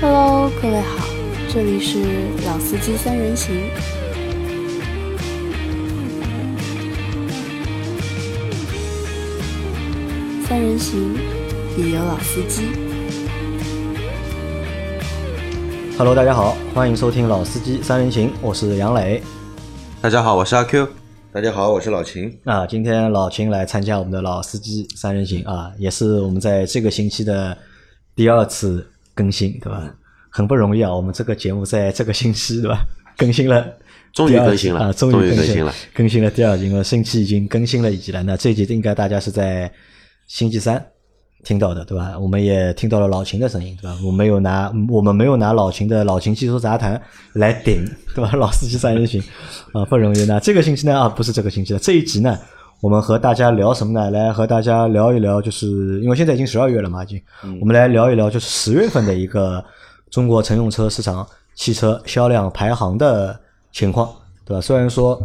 各位好，这里是老司机三人行。三人行，也有老司机。 Hello，大家好，欢迎收听《老司机三人行》，我是杨磊。大家好，我是阿 Q。大家好，我是老秦。啊，今天老秦来参加我们的《老司机三人行》啊，也是我们在这个星期的第二次更新，对吧？很不容易啊，我们这个节目在这个星期对吧 更新了第二终集，于更新了啊，终终于于更更新了了，更新了第二集，因为星期已经更新了一集了。那这一集应该大家是在星期三听到的，对吧？我们也听到了老秦的声音，对吧？我没有拿我们没有拿老秦的《老秦技术杂谈》来顶，对吧？老司机三人行 啊，不容易。那这个星期呢啊，不是这个星期的这一集呢。我们和大家聊什么呢？来和大家聊一聊，就是因为现在已经十二月了嘛，已经，我们来聊一聊就是十月份的一个中国乘用车市场汽车销量排行的情况，对吧？虽然说，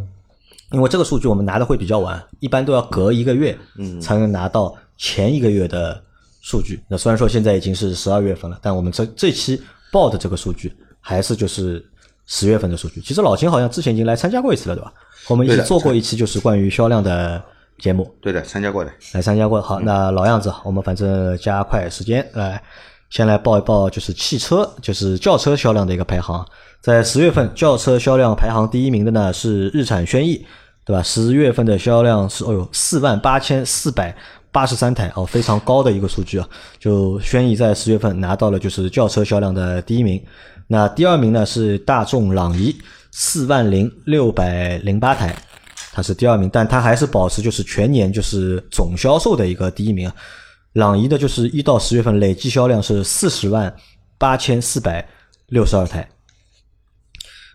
因为这个数据我们拿的会比较晚，一般都要隔一个月，嗯，才能拿到前一个月的数据。那虽然说现在已经是十二月份了，但我们这这期报的这个数据还是就是十月份的数据。其实老秦好像之前已经来参加过一次了，对吧？和我们一起对的做过一期就是关于销量的节目。对的，参加过的。来参加过。好，那老样子，我们反正加快时间来，先来报一报，就是汽车，就是轿车销量的一个排行。在十月份，轿车销量排行第一名的呢是日产轩逸，对吧？十月份的销量是，哦呦，四万八千四百八十三台哦，非常高的一个数据啊！就轩逸在十月份拿到了就是轿车销量的第一名。那第二名呢是大众朗逸，四万零六百零八台，它是第二名，但它还是保持就是全年就是总销售的一个第一名啊。朗逸的就是一到十月份累计销量是四十万八千四百六十二台。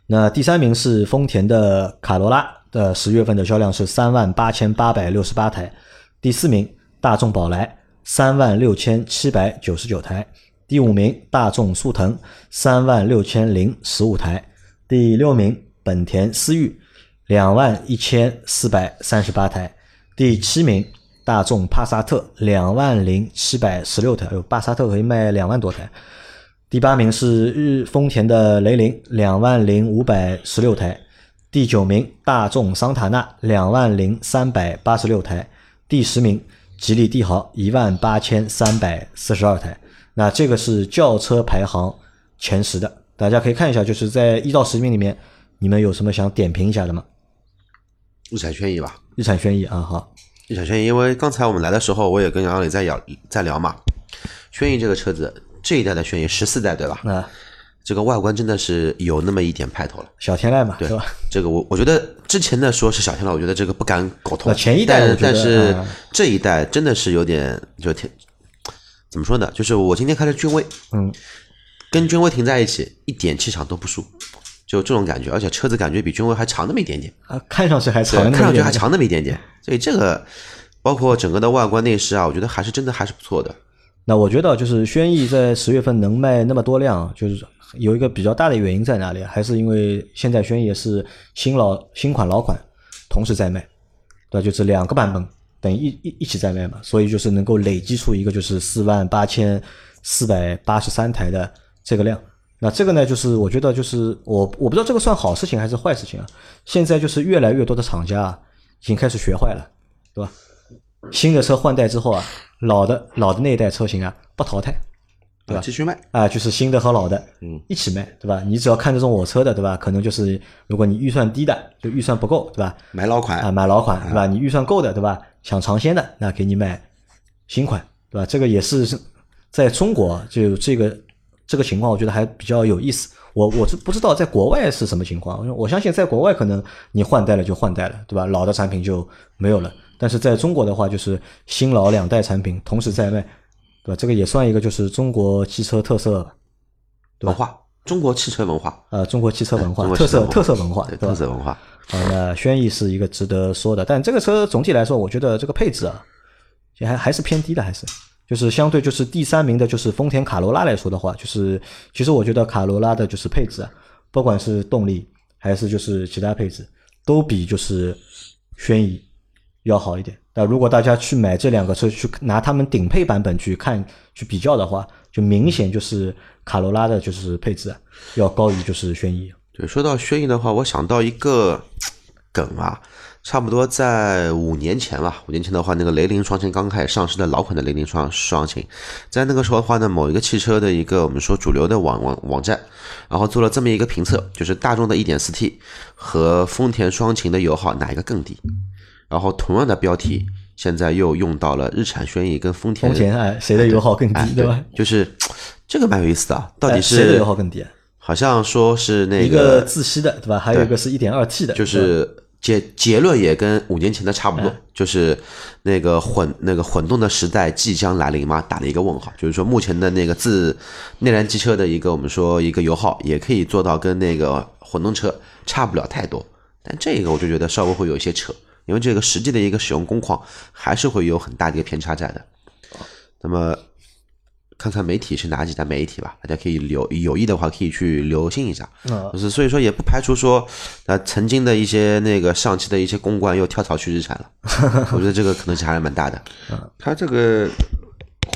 那第三名是丰田的卡罗拉的十月份的销量是三万八千八百六十八台，第四名大众宝来三万六千七百九十九台，第五名大众速腾三万六千零十五台，第六名本田思域两万一千四百三十八台，第七名大众帕萨特两万零七百十六台，哎呦，帕萨特可以卖两万多台。第八名是日丰田的雷凌，两万零五百十六台；第九名大众桑塔纳，两万零三百八十六台；第十名吉利帝豪，一万八千三百四十二台。那这个是轿车排行前十的，大家可以看一下，就是在一到十名里面，你们有什么想点评一下的吗？日产轩逸吧，日产轩逸啊，好，日产轩逸，因为刚才我们来的时候，我也跟杨磊在聊在聊嘛，轩逸这个车子，这一代的轩逸十四代对吧？那这个外观真的是有那么一点派头了。小天籁嘛，对是吧？，这个我我觉得之前的说是小天籁，我觉得这个不敢苟同。那前一代我但觉得但是嗯这一代真的是有点就挺怎么说呢？就是我今天开的君威，嗯，跟君威停在一起，一点气场都不输，就这种感觉，而且车子感觉比君威还长那么一点点。啊，看上去还对长，看上去还，长那么一点点。所以这个包括整个的外观内饰啊，我觉得还是真的还是不错的。那我觉得就是轩逸在十月份能卖那么多辆，就是有一个比较大的原因在哪里？还是因为现在轩逸也是新老新款老款同时在卖，对吧？就是两个版本等于一一一起在卖嘛，所以就是能够累积出一个就是四万八千四百八十三台的这个量。那这个呢，就是我觉得就是我我不知道这个算好事情还是坏事情啊。现在就是越来越多的厂家啊，已经开始学坏了，对吧？新的车换代之后啊，老的老的那一代车型啊不淘汰对吧继续卖，啊，就是新的和老的嗯一起卖，对吧？你只要看得中我车的，对吧？可能就是如果你预算低的，就预算不够，对吧？买老款，啊，买老款对吧？你预算够的对吧？想尝鲜的，那给你买新款对吧？这个也是是在中国就这个这个情况，我觉得还比较有意思。我我是不知道在国外是什么情况，我相信在国外可能你换代了就换代了，对吧？老的产品就没有了。但是在中国的话，就是新老两代产品同时在卖，对吧？这个也算一个就是中国汽车特色，对吧文化，中国汽车文化，呃，中国汽车文化中国特汽车色文化特色文化，对吧特色文化。啊，那轩逸是一个值得说的，但这个车总体来说，我觉得这个配置啊，也还还是偏低的，还是就是相对就是第三名的，就是丰田卡罗拉来说的话，就是其实我觉得卡罗拉的就是配置啊，不管是动力还是就是其他配置，都比就是轩逸要好一点。但如果大家去买这两个车，去拿他们顶配版本去看去比较的话，就明显就是卡罗拉的就是配置啊要高于就是轩逸。对，说到轩逸的话，我想到一个梗啊，差不多在五年前吧。五年前的话，那个雷凌双擎刚开始上市的老款的雷凌双双擎，在那个时候的话呢，某一个汽车的一个我们说主流的网网网站，然后做了这么一个评测，就是大众的 1.4T 和丰田双擎的油耗哪一个更低？然后同样的标题，现在又用到了日产轩逸跟丰田丰田哎，谁的油耗更低，哎对吧？就是这个蛮有意思的啊，到哎底谁的是油耗更低啊？好像说是那一个自吸的，对吧？还有一个是一点二 T 的，就对吧嗯是结结论也跟五年前的差不多，就是那个混那个混动的时代即将来临吗？打了一个问号。就是说，目前的那个自内燃机车的一个我们说一个油耗，也可以做到跟那个混动车差不了太多，但这个我就觉得稍微会有一些扯，因为这个实际的一个使用工况还是会有很大的一个偏差在的。那么。看看媒体是哪几家媒体吧，大家可以留有意的话可以去留心一下。嗯就是所以说也不排除说，呃，曾经的一些那个上汽的一些公关又跳槽去日产 了，我觉得这个可能性还是蛮大的。它这个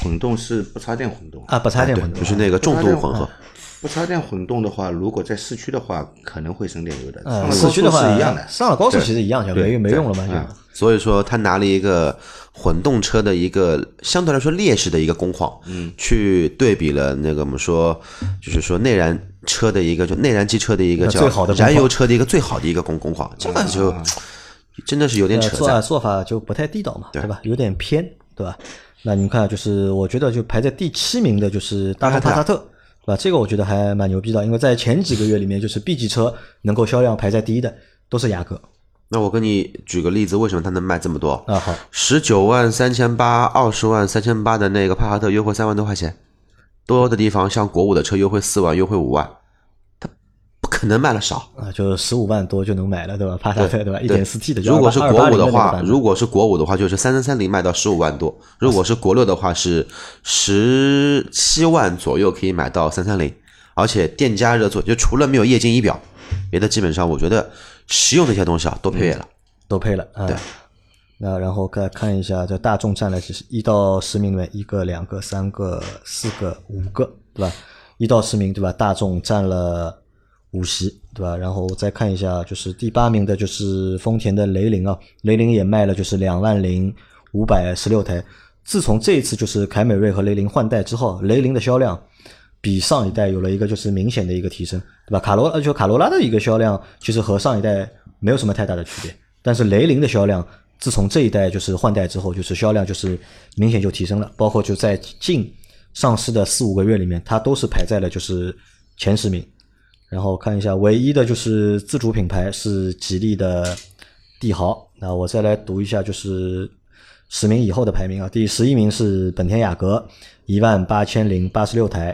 混动是不插电混动，啊，不插电混动，哎就是那个重度混合，不插电混动的话，如如果在市区的话，可能会省点油的。呃，上了高市速区的话是一样的，上了高速其实一样，就没对没用了嘛，对就所以说他拿了一个混动车的一个相对来说劣势的一个工况，嗯，去对比了那个我们说就是说内燃车的一个就内燃机车的一个那叫最好的工况燃油车的一个最好的一个工工况，这个就真的是有点呃扯做淡法。做法就不太地道嘛，对吧？有点偏，对吧？那你们看，就是我觉得就排在第七名的就是大众帕萨特，对吧？这个我觉得还蛮牛逼的，因为在前几个月里面，就是 B 级车能够销量排在第一的都是雅阁那我跟你举个例子，为什么它能卖这么多？啊，好，十九万三千八、二十万三千八的那个帕萨特优惠三万多块钱，多的地方像国五的车优惠四万、优惠五万，它不可能卖了少。啊，就十五万多就能买了，对吧？帕萨特，对吧？一点四 T 的，就如果是国280五的那个话，版本如果是国五的话，就是三三三零卖到十五万多；如果是国六的话，是十七万左右可以买到三三零，而且店家热做，就除了没有液晶仪表，别的基本上我觉得实用的一些东西啊都嗯配备了。都配了啊。对那然后再看一下，这大众占了其实一到十名里面，一个、两个、三个、四个、五个，对吧？一到十名，对吧？大众占了五席，对吧？然后再看一下，就是第八名的就是丰田的雷凌啊，雷凌也卖了就是两万零五百十六台。自从这一次就是凯美瑞和雷凌换代之后，雷凌的销量比上一代有了一个就是明显的一个提升，对吧？卡罗呃就卡罗拉的一个销量其实和上一代没有什么太大的区别，但是雷凌的销量自从这一代就是换代之后，就是销量就是明显就提升了，包括就在近上市的四五个月里面，它都是排在了就是前十名。然后看一下，唯一的就是自主品牌是吉利的帝豪。那我再来读一下，就是十名以后的排名啊。第十一名是本田雅阁，一万八千零八十六台；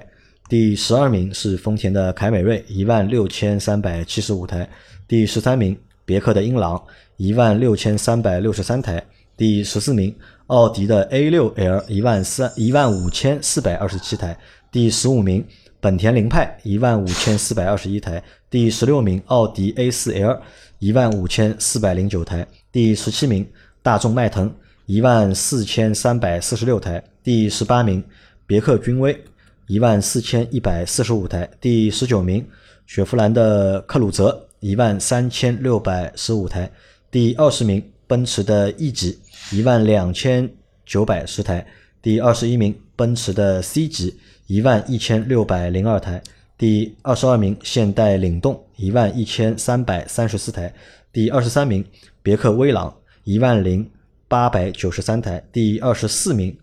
第十二名是丰田的凯美瑞，一万六千三百七十五台；第十三名别克的英朗，一万六千三百六十三台；第十四名奥迪的 A 六 L，一万三一万五千四百二十七台；第十五名本田凌派一万五千四百二十一台，第十六名奥迪 A 四 L 一万五千四百零九台，第十七名大众迈腾一万四千三百四十六台，第十八名别克君威一万四千一百四十五台，第十九名雪佛兰的克鲁泽一万三千六百十五台，第二十名奔驰的 E 级一万两千九百十台，第二十一名奔驰的 C 级一万一千六百零二台，第二十二名现代领动一万一千三百三十四台，第二十三名别克威朗一万零八百九十三台，第二十四名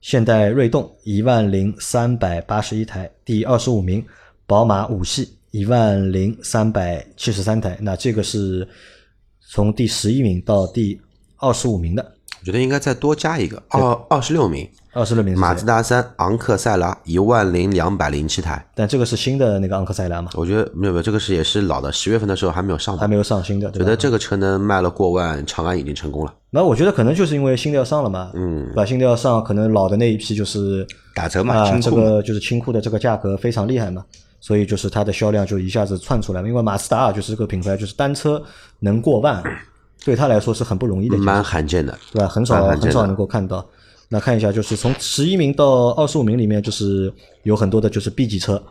现代锐动一万零三百八十一台，第二十五名宝马五系一万零三百七十三台。那这个是从第十一名到第二十五名的我觉得应该再多加一个二二十六名，二十六名是马谁自达三昂克赛拉一万零两百零七台，但这个是新的那个昂克赛拉嘛，我觉得没有没有，这个是也是老的，十月份的时候还没有上还的。没有上新的，对哦觉吧？得这个车呢卖了过万，长安已经成功了。那我觉得可能就是因为新的要上了嘛，嗯，把新的要上，可能老的那一批就是打折嘛啊，清这库嘛个就是清库的这个价格非常厉害嘛，所以就是它的销量就一下子窜出来了。因为马自达啊，就是这个品牌，就是单车能过万，对他来说是很不容易的嗯一件事情，蛮罕见的。对吧？很蛮少罕见的很少能够看到。那看一下，就是从十一名到二十五名里面，就是有很多的就是 B 级车，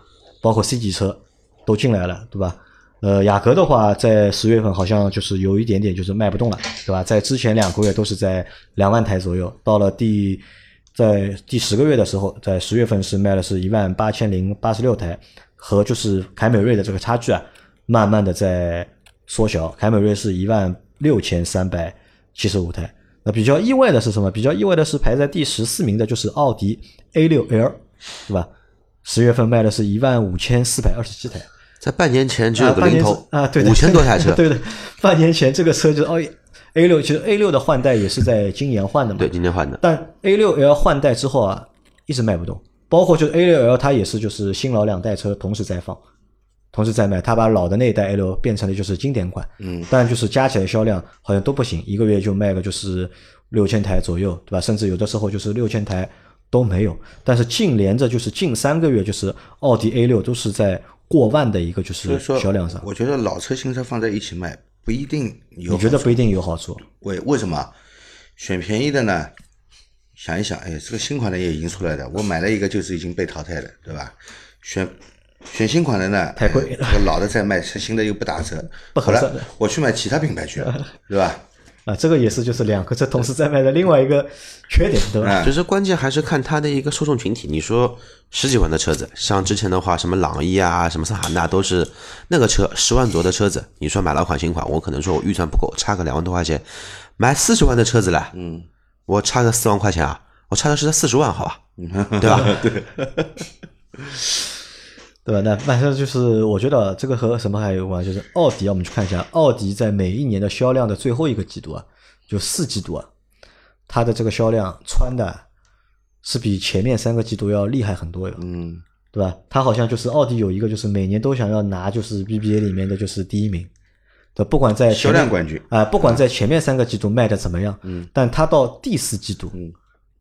包括 C 级车都进来了，对吧？呃，雅阁的话，在十月份好像就是有一点点就是卖不动了，对吧？在之前两个月都是在两万台左右，到了第在第十个月的时候，在十月份是卖了是一万八千零八十六台，和就是凯美瑞的这个差距啊，慢慢的在缩小。凯美瑞是一万六千三百七十五台。那比较意外的是什么？比较意外的是排在第十四名的就是奥迪 A 六 L，对吧？十月份卖的是一万五千四百二十七台，在半年前只有啊个半零年头啊，对的，五千多台车， 对的。半年前这个车就是奥 A 六，其实 A 六的换代也是在今年换的嘛，对，今天换的，但 A 六 L 换代之后啊，一直卖不动。包括就是 A 六 L 它也是就是新老两代车同时在放，同时在卖，它把老的那一代 A 六变成了就是经典款，嗯，但就是加起来销量好像都不行，一个月就卖个就是六千台左右，对吧？甚至有的时候就是六千台都没有。但是近连着就是近三个月，就是奥迪 A 六都是在过万的一个就所是以说销量上，我觉得老车新车放在一起卖不一定有你好处。觉得不一定有好处？为为什么选便宜的呢？想一想，哎，这个新款的也已经出来了，我买了一个就是已经被淘汰了，对吧？选选新款的呢，哎太贵了，这个老的在卖，新的又不打折，不好合算了，我去买其他品牌去了，对 吧？啊，这个也是就是两个车同时在卖的另外一个缺点，对吧？啊只是关键还是看它的一个受众群体。你说十几万的车子，像之前的话，什么朗逸啊，什么桑塔纳都是那个车十万左右的车子。你说买了款新款，我可能说我预算不够，差个两万多块钱，买四十万的车子了，嗯，我差个四万块钱啊，我差的是四十万，好吧，对吧？对吧？那反正就是，我觉得这个和什么还有关？就是奥迪啊，我们去看一下，奥迪在每一年的销量的最后一个季度啊，就四季度啊，它的这个销量穿的是比前面三个季度要厉害很多哟，嗯，对吧？它好像就是奥迪有一个，就是每年都想要拿就是 BBA 里面的就是第一名，对，不管在销前面量冠军，啊、不管在前面三个季度卖的怎么样，嗯，但它到第四季度，嗯，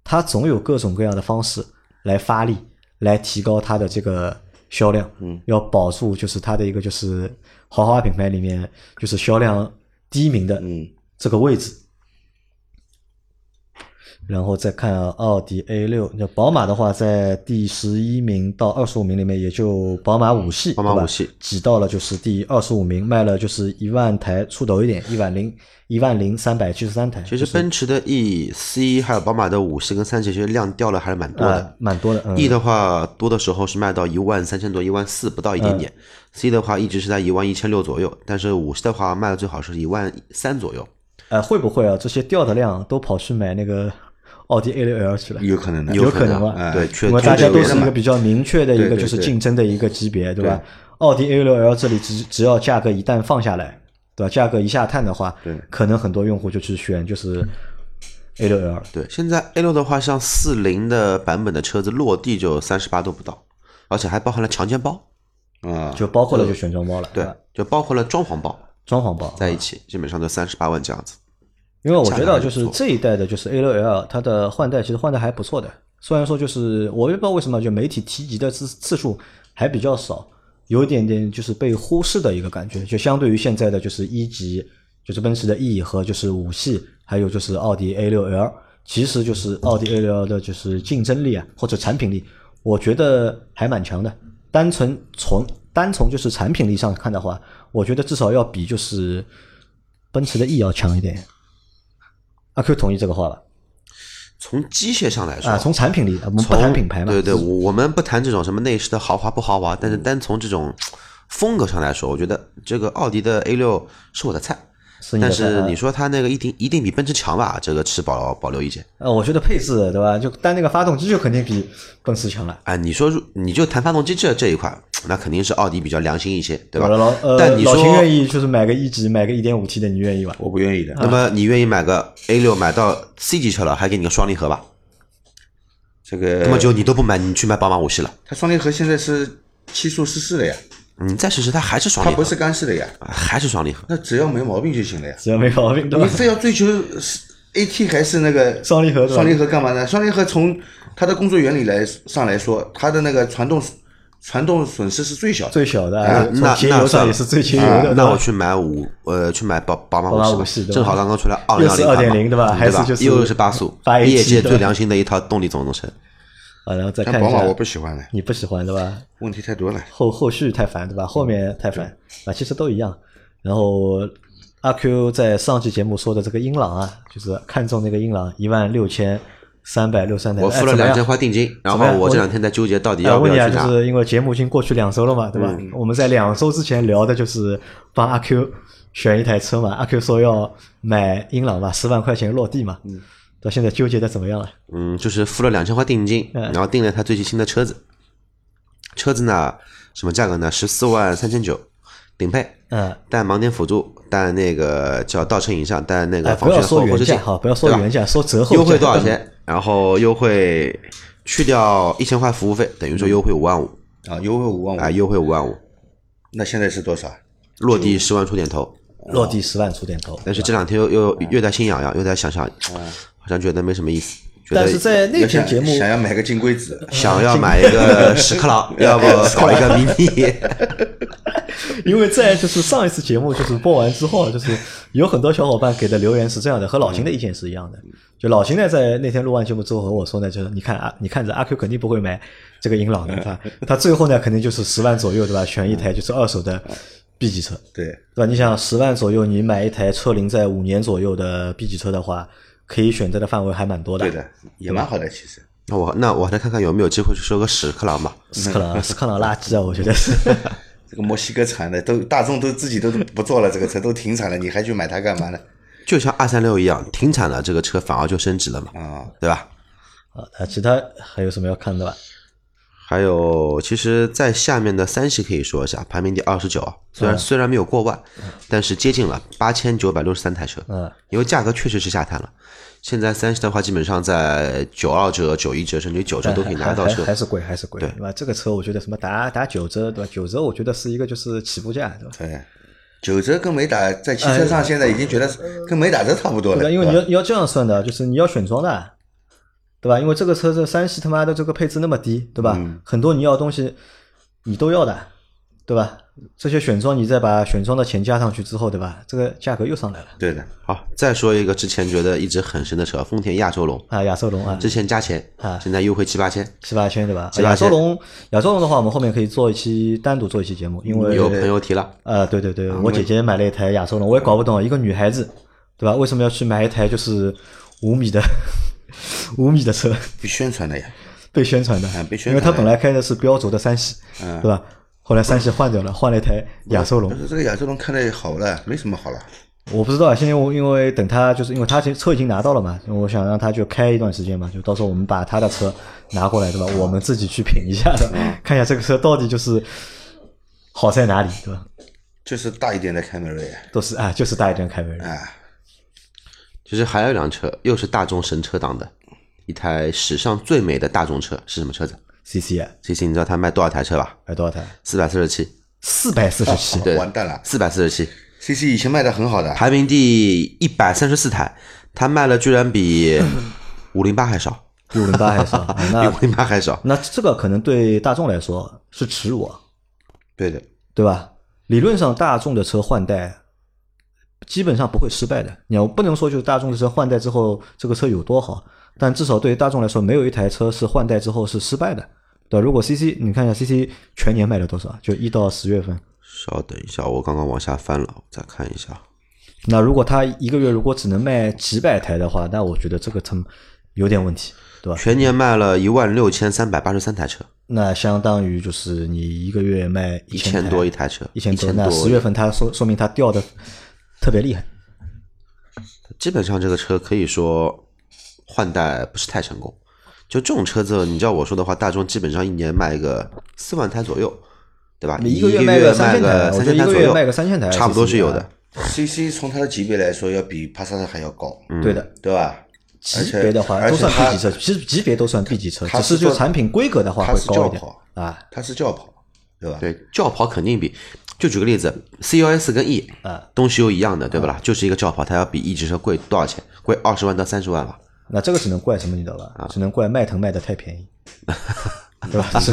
它总有各种各样的方式来发力，来提高它的这个销量，嗯，要保住就是它的一个就是豪华品牌里面就是销量第一名的嗯，这个位置。然后再看啊奥迪 A 六，那宝马的话，在第十一名到二十五名里面，也就宝马五系，宝马对吧五系挤到了就是第二十五名，卖了就是一万台出头一点，一万零一万零三百七十三台，其就实是奔驰的 E、C 还有宝马的五系跟三系，其实量掉了还是蛮多呃的。蛮多的，嗯 E 的话，多的时候是卖到一万三千多、一万四不到一嗯点点。C 的话，一直是在一万一千六左右，但是五系的话卖的最好是一万三左右。呃会不会啊这些掉的量都跑去买那个奥迪 A 六 L 去了？有可能的，有可可能吧啊对，嗯缺因为缺哎大家这都人是一嘛个比较明确的一个对对就是对竞争的一个级别，对吧？奥迪 A 六 L 这里只只要价格一旦放下来，对吧？价格一下探的话对，可能很多用户就去选就是 A 六 L 了。对，现在 A 六的话，像四零的版本的车子落地就三十八度不到，而且还包含了强奸包，啊，就包括了就选装包了，对吧，就包括了装潢包装潢包在一起，基本上都三十八万这样子。因为我觉得就价格还是不错这一代的，就是 A 六 L，它的换代其实换代还不错的。虽然说就是我也不知道为什么，就媒体提及的次次数还比较少，有一点点就是被忽视的一个感觉。就相对于现在的就是一级，就是奔驰的 E 和就是五系，还有就是奥迪 A 六 L，其实就是奥迪 A 六 L 的就是竞争力啊或者产品力，我觉得还蛮强的。单纯从单从就是产品力上看的话，我觉得至少要比就是奔驰的 E 要强一点。阿啊 Q 同意这个话吧？从机械上来说，啊，从产品力，我们不从谈品牌嘛，嗯对对，我我们不谈这种什么内饰的豪华不豪华，但是单从这种风格上来说，我觉得这个奥迪的 A 六是我的菜。是你的但是啊你说它那个一定一定比奔驰强吧？这个持保保留意见。呃，我觉得配置对吧？就单那个发动机就肯定比奔驰强了。哎，你说如你就谈发动机这这一块，那肯定是奥迪比较良心一些，对吧我的老？呃，但你说老秦愿意就是买个一级，买个一点五 T 的，你愿意吧？我不愿意的，嗯那么你愿意买个 A 六买到 C 级车了，还给你个双离合吧？这个那么就你都不买，你去买宝马五系了，它双离合现在是七速湿式的呀，你再试试，它还是双它离合，不是干式的呀，还是双离合？那只要没毛病就行了呀。只要没毛病，对吧你？非要追求 AT 还是那个 双离合对吧双离合干嘛呢？双离合从它的工作原理来上来说，它的那个传动传动损失是最小的。最小的，啊从那节那油上算也了是最节油啊的。那我对吧去买五呃去买宝宝马宝马五五系系吧，对正吧好刚刚出来二又幺是零2.0嗯对吧还是就是又是八速， 8AT 业界的最良心的一套动力总成是。啊，然后再但看一宝马下我，不喜欢了，你不喜欢对吧？问题太多了。后后续太烦对吧？后面太烦啊，其实都一样。然后阿 Q 在上期节目说的这个英朗啊，就是看中那个英朗一万六千三百六三台，我哎付了怎么两样千块定金，然怎么后样我我这两天在纠结到底哎要我不问你要啊，去嗯就拿。是因为节目已经过去两周了嘛，对吧？我们在两周之前聊的就是帮阿 Q 选一台车嘛，阿 Q 说要买英朗嘛，十万块钱落地嘛，到现在纠结的怎么样了？嗯，就是付了两千块定金，嗯然后订了他最新的车子。车子呢，什么价格呢？十四万三千九，顶配，嗯，带盲点辅助，带那个叫倒车影像，带那哎，个不防要眩后说后原视价镜，哈，不要说对吧原价，说折后优价惠多少？钱？然后优惠去掉一千块服务费，等于嗯说优惠五万五啊，优惠五万五、哎啊，优惠五万五，那现在是多少啊？落地十万出点头。落地十万出点头，但是这两天又又又在心痒痒，又在想想，好像觉得没什么意思，觉但得是在那要期想节目，想要买个金龟子，想要买一个屎壳郎，要不搞一个迷你。因为在就是上一次节目就是播完之后，就是有很多小伙伴给的留言是这样的，和老秦的意见是一样的。就老秦呢，在那天录完节目之后和我说呢，就是你看啊，你看着阿 Q 肯定不会买这个英朗的，他他最后呢肯定就是十万左右对吧？选一台就是二手的 B 级车，对，对吧？你想十万左右，你买一台车龄在五年左右的 B 级车的话，可以选择的范围还蛮多的。对，的，也蛮好的其实。那我那我来看看有没有机会去收个屎壳郎吧。斯克朗斯克朗垃圾啊，我觉得是。这个墨西哥产的都大众都自己都不做了，这个车都停产了，你还去买它干嘛呢？就像二三六一样，停产了，这个车反而就升值了嘛，啊，对吧？啊，那其他还有什么要看的吧？还有，其实，在下面的三系可以说一下，排名第二十九，啊虽然、虽然没有过万，但是接近了八千九百六十三台车，嗯，因为价格确实是下探了。现在三系的话，基本上在九二折、九一折甚至九折都可以拿得到哎还还车还，是贵，还是贵，对对吧？这个车我觉得什么打打九折，对吧？九折我觉得是一个就是起步价，对吧？对，九折跟没打在汽车上现在已经觉得是跟没打折差不多对了，吧？呃因为对你吧要你要这样算的，就是你要选装的，对吧？因为这个车这三系他妈的这个配置那么低，对吧？嗯很多你要的东西你都要的，对吧？这些选装你再把选装的钱加上去之后，对吧？这个价格又上来了对的，好，再说一个之前觉得一直很神的车，丰田亚洲龙，啊！亚洲龙啊，之前加钱啊，现在优惠七八千。七八千对吧？啊七八亚千洲龙亚洲龙的话，我们后面可以做一期单独做一期节目，因为有朋友提了，呃，对对对，啊我姐姐买了一台亚洲龙，我也搞不懂，一个女孩子，对吧？为什么要去买一台就是五米的 五米的车被宣传的呀，被宣传的？啊被宣因传的啊为她本来开的是标轴的三系，对吧？后来三系换掉了，换了一台亚洲龙但。是这个亚洲龙看的好了，没什么好了，我不知道啊，现在我因为等她就是因为她其实车已经拿到了嘛，我想让她就开一段时间嘛，就到时候我们把她的车拿过来，对吧？我们自己去品一下的，啊看一下这个车到底就是好在哪里，对吧？就是大一点的凯美瑞啊都是啊，就是大一点凯美瑞。啊，其实还有一辆车，又是大众神车党的，一台史上最美的大众车是什么车子 C C 啊， ？C C，你知道它卖多少台车吧？买多少台？四百四十七，四百四十七，对，完蛋了四百四十七， ，CC 以前卖的很好的，排名第一百三十四台，它卖了居然比五零八还少，比五零八还少。啊比那五零八还少。那这个可能对大众来说是耻辱，啊，对的，对吧？理论上，大众的车换代基本上不会失败的。你要不能说就是大众的车换代之后这个车有多好，但至少对于大众来说，没有一台车是换代之后是失败的。对吧，如果 CC，你看一下 CC 全年卖了多少？就一到十月份。稍等一下，我刚刚往下翻了，我再看一下。那如果它一个月如果只能卖几百台的话，那我觉得这个车有点问题，对吧？全年卖了一万六千三百八十三台车，那相当于就是你一个月卖一千千多一台车，一千多，多。那十月份它说说明它掉的特别厉害。基本上这个车可以说换代不是太成功。就这种车子，你照我说的话，大众基本上一年卖个四万台左右，对吧？一个个月月卖个个3000台三我觉得千台一个左月右，卖个3000台差不多是有的啊。 CC 从它的级别来说，要比帕萨特还要高，对的，对吧？嗯而级且别的话而都且算它 B 级车，其实级别都算 B 级车，它只是是就做产品规格的话它会是高一轿点跑啊它是轿跑，对吧？对，轿跑肯定比，就举个例子，CUS 跟 E 啊。东西又一样的，对不嗯啦？就是一个轿跑，它要比 E 级车贵多少钱？贵二十万到三十万吧。啊那这个只能怪什么，你知道吧？只能怪迈腾卖的太便宜。 对吧？这是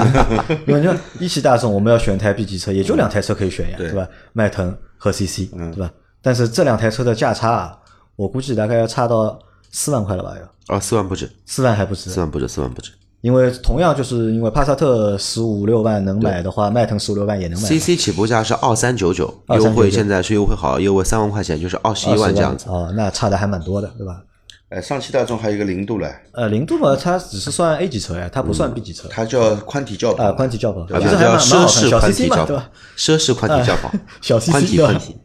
因为你看一汽大众，我们要选一台 B 级车，也就两台车可以选呀，嗯对嗯对吧？迈腾和 CC，对吧？但是这两台车的价差啊，我估计大概要差到四万块了吧？要啊，四万不止，四万还不止，四万不止，四万不止。因为同样就是因为帕萨特十五六万能买的话，迈腾十五六万也能买嘛。 CC 起步价是二三九九， 2399优惠现在是优惠好，优惠三万块钱，就是二十一万这样子。啊、哦那差的还蛮多的，对吧？呃，上汽大众还有一个零度了，呃，零度嘛，它只是算 A 级车呀，它不算 B 级车。它叫宽体轿跑啊，宽体轿跑，啊，其不实是还蛮叫蛮好看，奢侈小宽 CC 体嘛，轿对跑吧？，奢侈宽体轿 跑，小 CC 宽体对吧 宽体。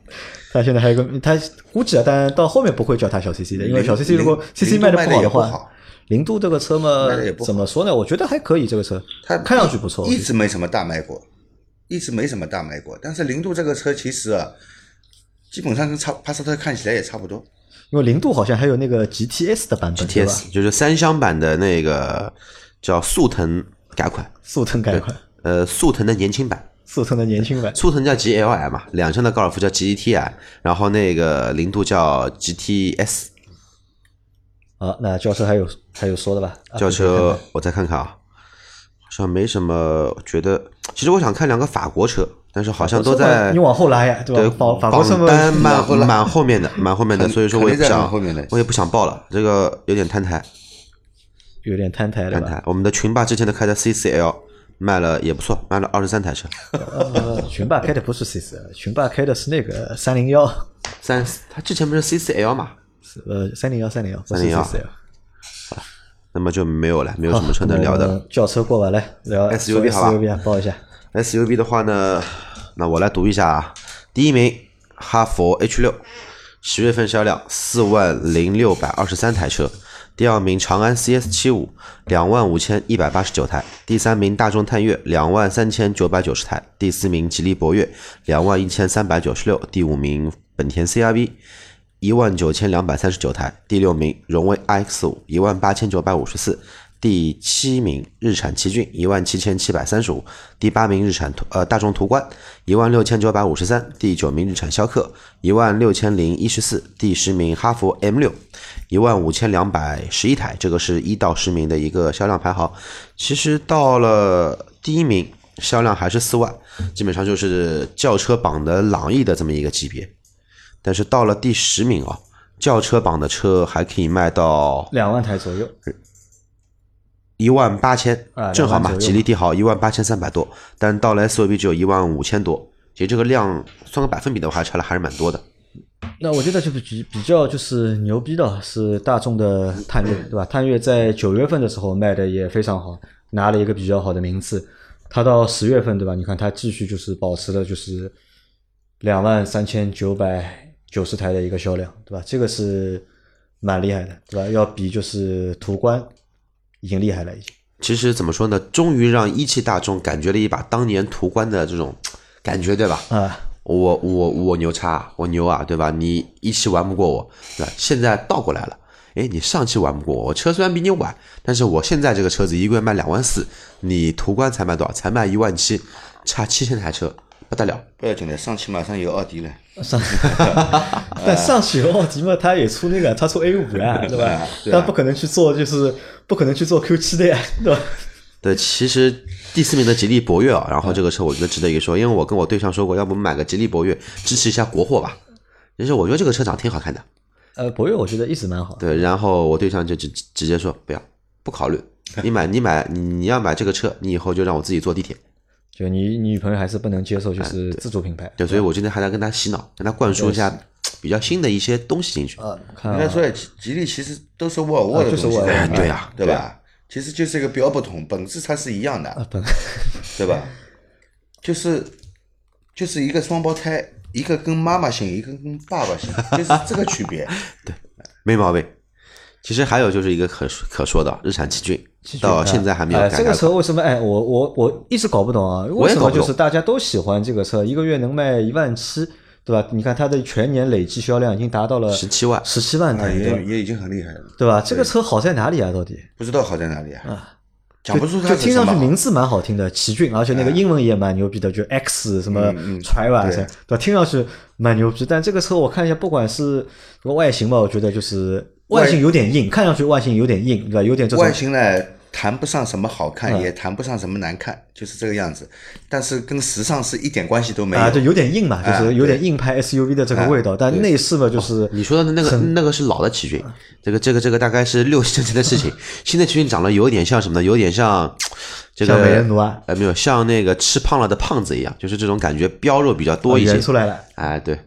它现在还有一个，它估计啊，但到后面不会叫它小 CC 的，因为零小 CC 如果零 CC 零度卖的卖得好也的不话好，零度这个车嘛卖得也，不好怎么说呢？我觉得还可以，这个车它看上去不错。我一觉得直没什么大卖过，一直没什么大卖过。但是零度这个车其实啊，基本上跟差帕萨特看起来也差不多。因为零度好像还有那个 GTS 的版本，对吧？ TS 就是三厢版的那个叫速腾改款，速腾改款，呃，速腾的年轻版，速腾的年轻版，速腾叫 GLI 嘛，两厢的高尔夫叫 GTI，然后那个零度叫 GTS。啊，那轿车还有还有说的吧？啊可以看轿车看我再看看啊，好像没什么。觉得其实我想看两个法国车，但是好像都在你往后拉呀，对对吧？法法国车榜单嘛，蛮蛮后面的，蛮后面的，肯所以说我也不肯定在想蛮后面的我也不想报了，这个有点摊台 有点摊台了摊吧？台。我们的群霸之前的开的 CCL 卖了也不错，卖了二十三台 车，呃，群霸开的不是 CC，群霸开的是那个三零呃幺，三他之前不是 CCL 嘛，呃，三零幺三零幺不是301 CC 啊。那么就没有了，没有什么车能好聊的。了。。轿呃车过完来聊 SUV 好吧 SUV 啊，报一下。 SUV 的话呢，那我来读一下啊，第一名哈佛 H 六，十月份销量四万零六百二十三台车。第二名长安 CS 七五两万五千一百八十九台，第三名大众探岳两万三千九百九十台，第四名吉利博越两万一千三百九十六，第五名本田 CR-V 一万九千两百三十九台，第六名荣威 iX 五一万八千九百五十四，第七名日产奇骏一万七千七百三十五，第八名日产途呃大众途观一万六千九百五十三，第九名日产逍客一万六千零一十四，第十名哈弗 M 六一万五千两百十一台，这个是一到十名的一个销量排行。其实到了第一名，销量还是四万，基本上就是轿车榜的朗逸的这么一个级别。但是到了第十名啊、轿车榜的车还可以卖到两万台左右，一万八千啊，正好两万左嘛，右吉利帝豪一万八千三百多，但到了 SUV 只有一万五千多，其实这个量算个百分比的话，差了还是蛮多的。那我觉得就是比比较就是牛逼的是大众的探岳，对吧？探岳在九月份的时候卖的也非常好，拿了一个比较好的名次。它到十月份，对吧？你看它继续就是保持了就是两万三千九百九十台的一个销量，对吧？这个是蛮厉害的，对吧？要比就是途观已经厉害了，已经。其实怎么说呢，终于让一汽大众感觉了一把当年途观的这种感觉，对吧？啊，我我我牛叉，我牛啊，对吧？你一期玩不过我，对吧？现在倒过来了，哎，你上期玩不过我，我车虽然比你晚，但是我现在这个车子一个月卖两万四，你途观才卖多少？才卖一万七，差七千台车，不得了。不要紧的，上汽马上有奥迪了。上，但上汽和奥迪嘛，它也出那个，它出 A 五呀，对吧？ 对啊但不可能去做，就是不可能去做 Q 七的呀，对吧？对，其实第四名的吉利博越啊，然后这个车我觉得值得一说，因为我跟我对象说过，要不我们买个吉利博越支持一下国货吧。其实我觉得这个车长得挺好看的，呃，博越我觉得一直蛮好，对，然后我对象就直直接说不要，不考虑，你买你买你你要买这个车，你以后就让我自己坐地铁。就你你女朋友还是不能接受，就是自主品牌。哎对，所以我今天还在跟他洗脑，跟他灌输一下比较新的一些东西进去。呃，看应啊该说吉吉利其实都是沃尔沃啊的东就是西沃尔沃在里面，对啊对吧？其实就是一个标不同，本质它是一样的，本对吧？就是就是一个双胞胎，一个跟妈妈姓，一个跟爸爸姓，就是这个区 别。没毛病。其实还有就是一个可可说的日产奇骏，到现在还没有哎，改这改个车款。为什么？哎，我我我一直搞不懂啊，我为也什搞不懂么就是大家都喜欢这个车，一个月能卖一万七，对吧？你看它的全年累计销量已经达到了17万哎十七万啊，台，对吧也也已经很厉害了，对吧？这个车好在哪里啊？到底？不知道好在哪里啊，讲就不出它就是嗯听什上么啊去好名字蛮好听的，奇骏，而且那个英文也蛮牛逼的，就 X 什么嗯嗯 Tri 吧，对对吧？听上去蛮牛逼，但这个车我看一下，不管是这个外形吧，我觉得就是外形有点硬，看上去外形有点硬，对吧？有点这种外形呢，谈不上什么好看，嗯也谈不上什么难看，就是这个样子。但是跟时尚是一点关系都没有。啊，就有点硬嘛，就哎是有点硬派 SUV 的这个味道，但内饰嘛，就是你说的那个那个是老的嗯奇骏，这个这个这个大概是六十年前的 事情。新的奇骏长得有点像什么呢？有点像这个像美人奴啊，呃，没有像那个吃胖了的胖子一样，就是这种感觉，膘肉比较多一些圆。哦出来了。哎，对，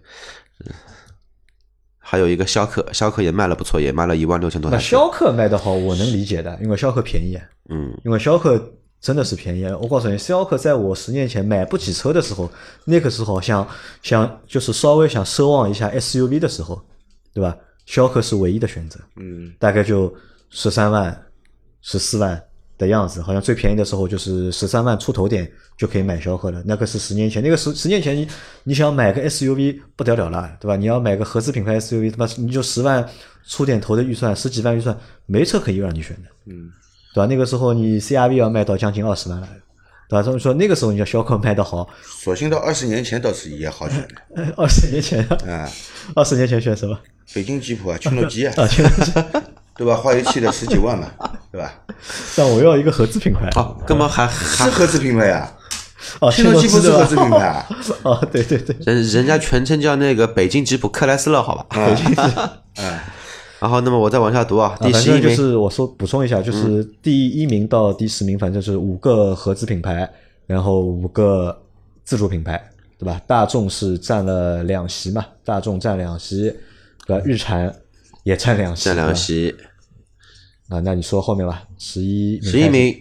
还有一个逍客，逍客也卖了不错，也卖了一万六千多那台车。逍客卖得好，我能理解的，因为逍客便宜啊，嗯，因为逍客真的是便宜啊。我告诉你，逍客在我十年前买不起车的时候，那个时候想想就是稍微想奢望一下 SUV 的时候，对吧？逍客是唯一的选择，嗯，大概就十三万、十四万的样子，好像最便宜的时候就是十三万出头点就可以买逍客了。那个是十年前，那个十十年前你你想买个 SUV 不得了了，对吧？你要买个合资品牌 SUV，他妈你就十万出点头的预算，十几万预算没车可以让你选的，嗯，对吧？那个时候你 CRV 要卖到将近二十万了。对吧？所以说那个时候，你叫逍客卖得好， 索性到二十年前倒是也好选的二十年前，啊，二十年前选什么？北京吉普啊，驱诺基啊，啊，全 对吧？化油器的十几万嘛，对吧？但我要一个合资品牌。好，根嗯本还是还合资品牌啊，哦，驱诺基不是对吧合资品牌啊，哦，对对对，人人家全称叫那个北京吉普克莱斯勒，好吧？啊 然后，那么我再往下读啊，嗯啊，第反十正一就名，嗯是我说补充一下，就是第一名到第十名，反正就是五个合资品牌，然后五个自主品牌，对吧？大众是占了两席嘛，大众占两席，对吧？日产也占两席，占对两吧席，啊。那你说后面吧，十一十一名。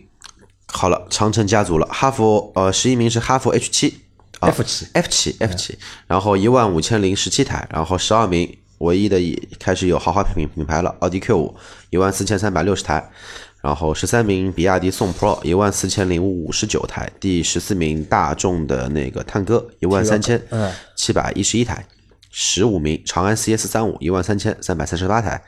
好了，长城家族了，哈弗呃，十一名是哈弗 H 七、啊 F 七嗯 F 七 F 七，然后一万五千零十七台，然后十二名唯一的也开始有豪华品品牌了，奥迪 Q 五一万四千三百六十台，然后十三名比亚迪宋 Pro 一万四千零五十九台，第十四名大众的那个探戈一万三千嗯七百一十一台。十五名长安 CS 三五一万三千三百三十八台，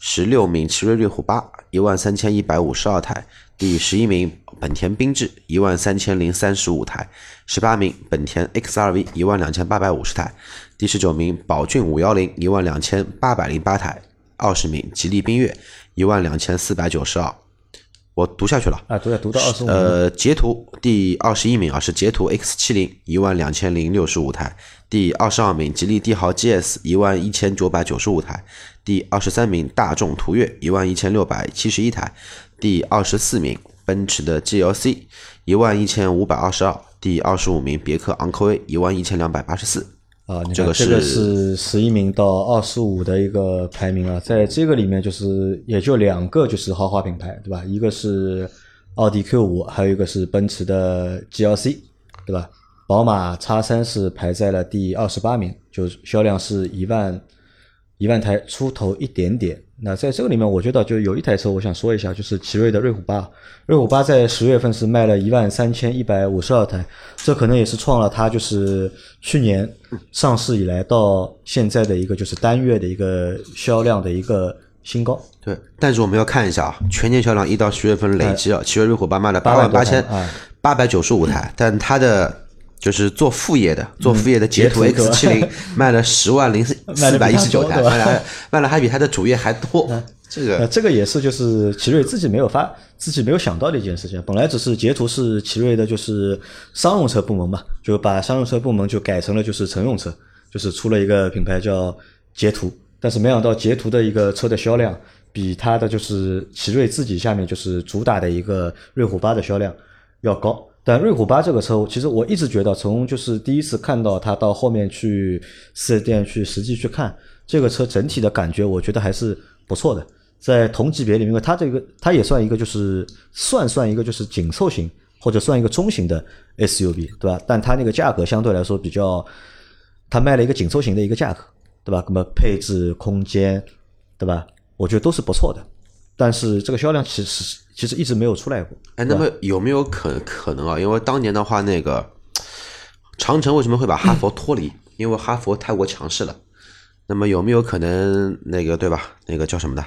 十六名奇瑞瑞虎八一万三千一百五十二台，第十一名本田缤智一万三千零三十五台，十八名本田 XRV 一万两千八百五十台，第十九名宝骏五幺零一万两千八百零八台，二十名吉利缤越一万两千四百九十二。我读下去了。啊，读了读到二十五，呃，捷途第二十一名啊是捷途 X 7 0一万两千零六十五台，第二十二名吉利帝豪 GS 一万一千九百九十五台，第二十三名大众途岳一万一千六百七十一台，第二十四名奔驰的 GLC 一万一千五百二十二，第二十五名别克昂科威一万一千两百八十四。啊，你看这个这个是是十一名到二十五的一个排名啊，在这个里面就是也就两个就是豪华品牌，对吧？一个是奥迪 Q 五，还有一个是奔驰的 GLC，对吧？宝马 X 三是排在了第二十八名，就是销量是一万一万台出头一点点。那在这个里面，我觉得就有一台车，我想说一下，就是奇瑞的瑞虎八。瑞虎八在十月份是卖了一万三千一百五十二台，这可能也是创了它就是去年上市以来到现在的一个就是单月的一个销量的一个新高。对，但是我们要看一下啊，全年销量一到十月份累计啊，奇瑞瑞虎八卖了八哎8万万多八台哎千八百九十五台，但它的就是做副业嗯的，做副业的捷途捷途 X 七对 零卖了十万零卖四得百比一它十九多台，对吧卖了哎卖了还比它的主业还多，这呃，个这个也是就是奇瑞自己没有发自己没有想到的一件事情。本来只是捷途是奇瑞的，就是商用车部门嘛，就把商用车部门就改成了就是乘用车，就是出了一个品牌叫捷途。但是没想到捷途的一个车的销量比它的就是奇瑞自己下面就是主打的一个瑞虎八的销量要高。但瑞虎八这个车，其实我一直觉得，从就是第一次看到它到后面去四 S 店去实际去看这个车，整体的感觉我觉得还是不错的。在同级别里面，因为它这个它也算一个就是算算一个就是紧凑型或者算一个中型的 SUV，对吧？但它那个价格相对来说比较，它卖了一个紧凑型的一个价格，对吧？那么配置、空间，对吧？我觉得都是不错的。但是这个销量其实其实一直没有出来过。哎，那么有没有可可能啊？因为当年的话，那个长城为什么会把哈佛脱嗯离？因为哈佛太过强势了。那么有没有可能那个对吧？那个叫什么的？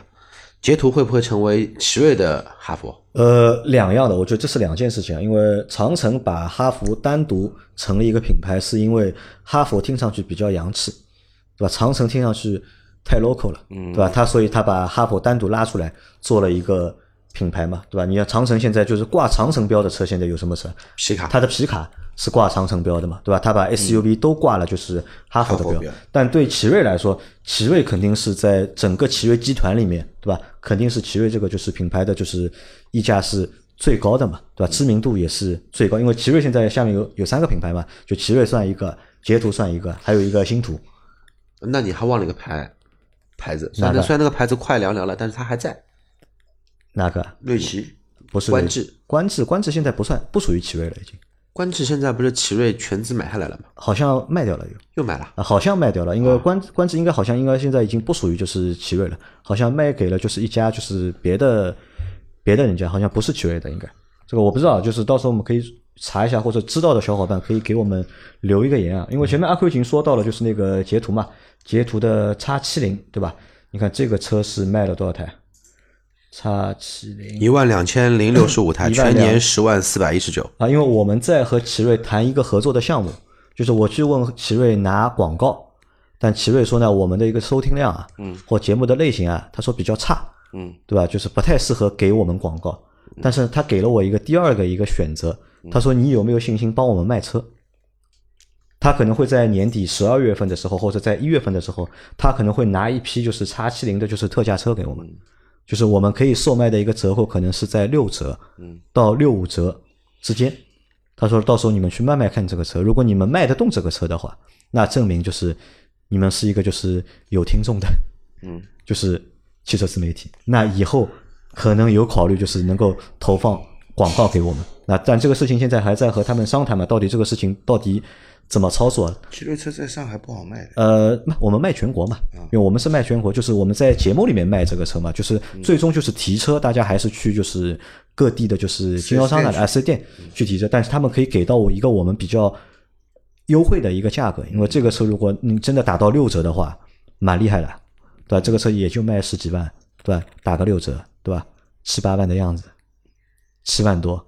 捷途会不会成为奇瑞的哈佛？呃，两样的，我觉得这是两件事情啊。因为长城把哈弗单独成立一个品牌，是因为哈弗听上去比较洋气，对吧？长城听上去太 local 了，对吧？他所以他把哈弗单独拉出来做了一个品牌嘛，对吧？你像长城现在就是挂长城标的车，现在有什么车？皮卡啊它的皮卡是挂长城标的嘛，对吧？它把 SUV 都挂了，就是嗯哈佛的哈标。佛标但对奇瑞来说，奇瑞肯定是在整个奇瑞集团里面，对吧？肯定是奇瑞这个就是品牌的就是溢价是最高的嘛，对吧？知名度也是最高，因为奇瑞现在下面有有三个品牌嘛，就奇瑞算一个，捷途算一个，还有一个星途。那你还忘了一个牌牌子，虽哪然个虽然那个牌子快凉凉了，但是它还在。哪个？瑞奇不是观致，观致，观致现在不算不属于奇瑞了，已经观致现在不是奇瑞全资买下来了吗？好像卖掉了又。又买了。啊，好像卖掉了，因为观观致应该好像应该现在已经不属于就是奇瑞了，好像卖给了就是一家就是别的别的人家，好像不是奇瑞的，应该这个我不知道，就是到时候我们可以查一下，或者知道的小伙伴可以给我们留一个言啊，因为前面阿 Q 已经说到了，就是那个捷途嘛，捷途的叉七零对吧？你看这个车是卖了多少台？叉七零一万两千零六十五台，一万全两年十万四百一十九。啊，因为我们在和奇瑞谈一个合作的项目，就是我去问奇瑞拿广告，但奇瑞说呢，我们的一个收听量啊，嗯，或节目的类型啊，他说比较差，嗯，对吧？就是不太适合给我们广告。但是他给了我一个第二个一个选择，他说你有没有信心帮我们卖车？他可能会在年底十二月份的时候，或者在一月份的时候，他可能会拿一批就是叉七零的，就是特价车给我们，就是我们可以售卖的一个折扣，可能是在六折到六五折之间。他说到时候你们去卖卖看这个车，如果你们卖得动这个车的话，那证明就是你们是一个就是有听众的，嗯，就是汽车自媒体。那以后可能有考虑，就是能够投放广告给我们。那但这个事情现在还在和他们商谈嘛，到底这个事情到底怎么操作？奇瑞车在上海不好卖的，呃，卖我们卖全国嘛，啊因为我们是卖全国，就是我们在节目里面卖这个车嘛，就是嗯最终就是提车，大家还是去就是各地的，就是经销商那里啊四 S 店嗯去提车，但是他们可以给到我一个我们比较优惠的一个价格，因为这个车如果你真的打到六折的话，蛮厉害的，对吧？这个车也就卖十几万，对吧？打个六折，对吧？七八万的样子，七万多，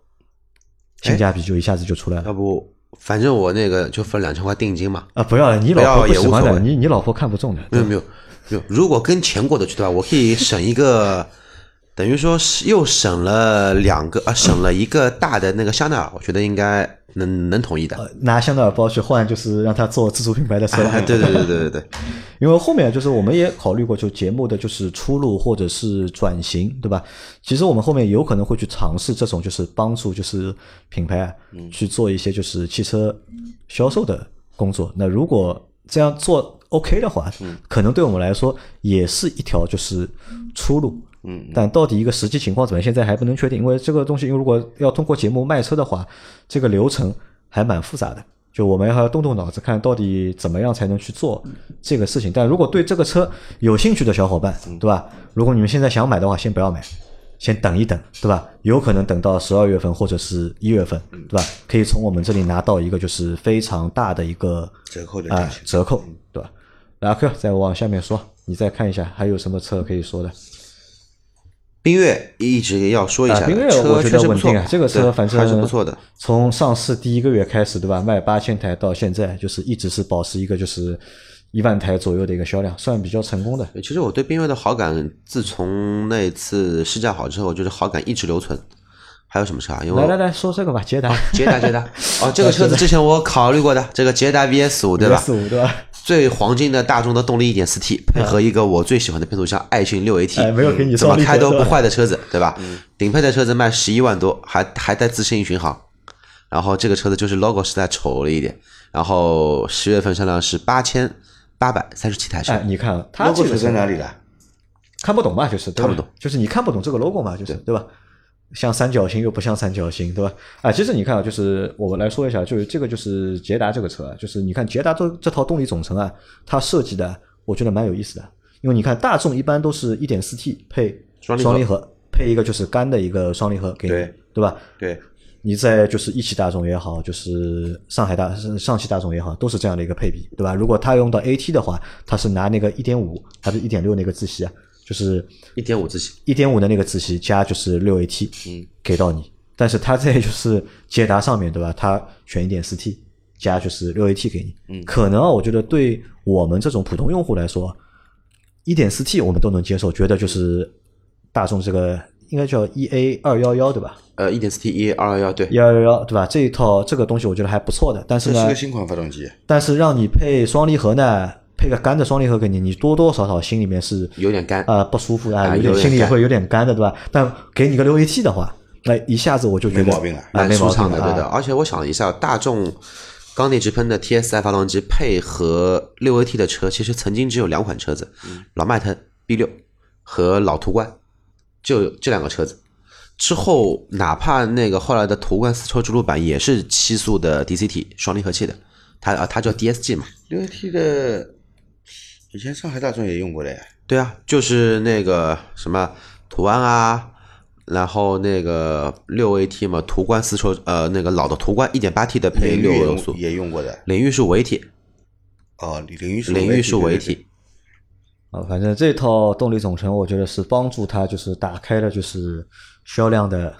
性价比就一下子就出来了。要不，反正我那个就分两千块定金嘛。啊，不要了，你不老要婆不也喜无欢所的，谓嗯你你老婆看不中的，没有没有没有，如果跟钱过得去的话，我可以省一个，等于说是又省了两个啊，省了一个大的那个香奈儿，我觉得应该能能同意的。拿香奈儿包去换，就是让他做自主品牌的车。啊哎， 对对对对对对，因为后面就是我们也考虑过，就节目的就是出路或者是转型，对吧？其实我们后面有可能会去尝试这种，就是帮助就是品牌啊嗯去做一些就是汽车销售的工作。那如果这样做 OK 的话，嗯可能对我们来说也是一条就是出路。嗯，但到底一个实际情况怎么样，现在还不能确定，因为这个东西，因为如果要通过节目卖车的话，这个流程还蛮复杂的。就我们还要动动脑子，看到底怎么样才能去做这个事情。但如果对这个车有兴趣的小伙伴，嗯对吧？如果你们现在想买的话，先不要买，先等一等，对吧？有可能等到十二月份或者是一月份，嗯对吧？可以从我们这里拿到一个就是非常大的一个折扣的啊、价钱嗯折扣，对吧？来，阿 Q，再往下面说，你再看一下还有什么车可以说的？缤越一直要说一下啊，的，缤越我车觉确得实不稳错定啊，，这个对车反正还是不错的。。从上市第一个月开始，对吧？卖八千台到现在，就是一直是保持一个就是一万台左右的一个销量，算比较成功的。其实我对缤越的好感，自从那次试驾好之后，就是好感一直留存。还有什么车啊？因为来来啊来说这个吧，捷达捷达，捷达，哦， 这个车子之前我考虑过的，这个捷达 VS 五对吧？四五对吧？最黄金的大众的动力一点四 T，配合一个我最喜欢的变速箱爱信六 AT，、嗯哎没有给你怎么上力开都的嗯不坏的车子，对吧？顶配的车子卖十一万多，还还带自适应巡航。然后这个车子就是 logo 实在丑了一点，然后十月份销量是八千八百三十七台车，哎，你看它这 logo 个扯车在哪里了？看不懂嘛，就是对吧看不懂，就是你看不懂这个 logo 嘛，就是对吧？像三角形又不像三角形，对吧？啊，其实你看啊，就是我们来说一下，就是这个就是捷达这个车啊，就是你看捷达这这套动力总成啊，它设计的我觉得蛮有意思的，因为你看大众一般都是一点四 T 配双离合双离合，配一个就是干的一个双离合给你，对对吧？对，你在就是一汽大众也好，就是上海大上汽大众也好，都是这样的一个配比，对吧？如果它用到 AT 的话，它是拿那个一点五还是一点六那个自吸啊，就是一点五自吸，一点五的那个自吸加就是六 AT，嗯，给到你。但是它在就是捷达上面对吧？它选一点四 T 加就是六 AT 给你，嗯，可能啊，我觉得对我们这种普通用户来说，一点四 T 我们都能接受，觉得就是大众这个应该叫 E A 二幺幺对吧？呃，一点四 T 一二幺幺，对， E 二幺幺对吧？这一套这个东西我觉得还不错的，但是这呢是，个新款发动机，但是让你配双离合呢，配个干的双离合给你，你多多少少心里面是有点干。呃不舒服啊，有啊有点点心里也干会有点干的，对吧？但给你个六 AT 的话，那一下子我就觉得没毛病了啊，蛮没毛病舒畅的，对的。啊而且我想了一下，大众缸内直喷的 TSI 发动机配合六 AT 的车，其实曾经只有两款车子，嗯老迈腾 B 六和老途观，就这两个车子。之后，哪怕那个后来的途观丝绸之路版也是七速的 DCT 双离合器的，它啊它叫 DSG 嘛，六 AT 的，以前上海大众也用过的呀，对啊，就是那个什么途安啊，然后那个六 AT 嘛，途观丝绸呃那个老的途观一点八 T 的配凌六域六速，也用过的，领域是五 AT，哦，凌域是领域是五五 AT 对 AT，啊，反正这套动力总成，我觉得是帮助它就是打开了就是销量的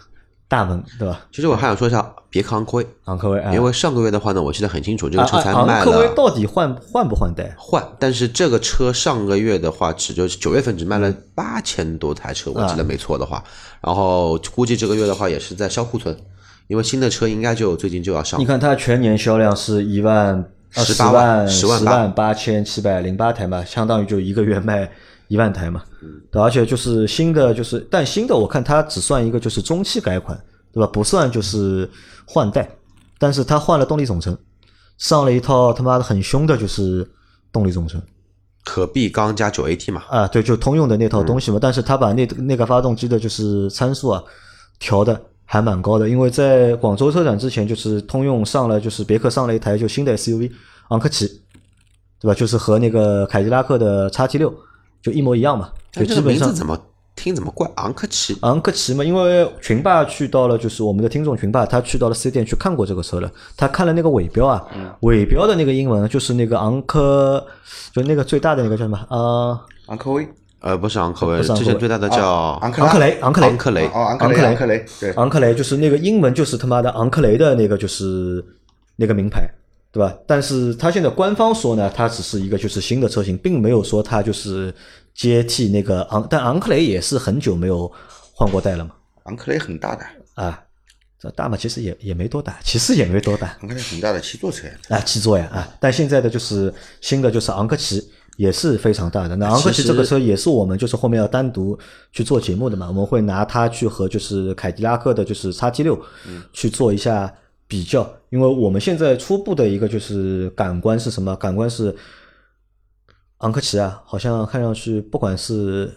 大门，对吧？其实我还想说一下别克昂科威，昂科威，啊、因为上个月的话呢，我记得很清楚，这个啊车才昂卖昂科威了到底换换不换代？换，但是这个车上个月的话，只就是九月份只卖了八千多台车，我记得没错的啊话，然后估计这个月的话也是在销库存，因为新的车应该就最近就要上你，看它全年销量是一万呃18 10万万10万万八千七百零八台嘛，相当于就一个月卖 一万台嘛。嗯对，而且就是新的，就是但新的我看它只算一个就是中期改款，对吧？不算就是换代，但是它换了动力总成，上了一套他妈的很凶的就是动力总成。可比刚加九 AT 嘛，啊，对，就通用的那嗯套东西嘛。但是他把那那个发动机的就是参数啊调的还蛮高的，因为在广州车展之前，就是通用上了，就是别克上了一台就新的 SUV 昂科旗，对吧？就是和那个凯迪拉克的 XT 六就一模一样嘛，就但哎基这个本名上字。怎么听怎么怪昂科旗？昂科旗嘛，因为群霸去到了，就是我们的听众群霸，他去到了四 S 店去看过这个车了，他看了那个尾标啊，嗯尾标的那个英文就是那个昂科，就那个最大的那个叫什么啊？呃昂科威，呃，不是昂科威，不是昂啊科之威前最大的叫昂昂克雷，昂克雷，啊昂克雷哦，昂科昂雷，克雷啊昂科雷，对，昂克雷就是那个英文就是他妈的昂克雷的那个就是那个名牌，对吧？但是它现在官方说呢，它只是一个就是新的车型，并没有说它就是接替那个昂，但昂克雷也是很久没有换过代了嘛，昂科雷很大的，啊，这大嘛其实也也没多大，其实也没多大昂科雷很大的七座车，啊，七座呀啊，但现在的就是新的就是昂克旗。也是非常大的。那昂克旗这个车也是我们就是后面要单独去做节目的嘛，我们会拿它去和就是凯迪拉克的就是 XT 六去做一下比较，因为我们现在初步的一个就是感官是什么？感官是昂克旗啊，好像看上去不管是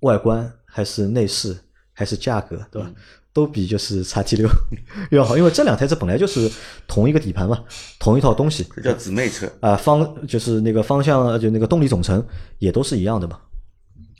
外观还是内饰还是价格，对吧？ 都比就是 XT 六 要好，因为这两台车本来就是同一个底盘嘛，同一套东西。这叫姊妹车。啊、方就是那个方向，呃就那个动力总成也都是一样的嘛。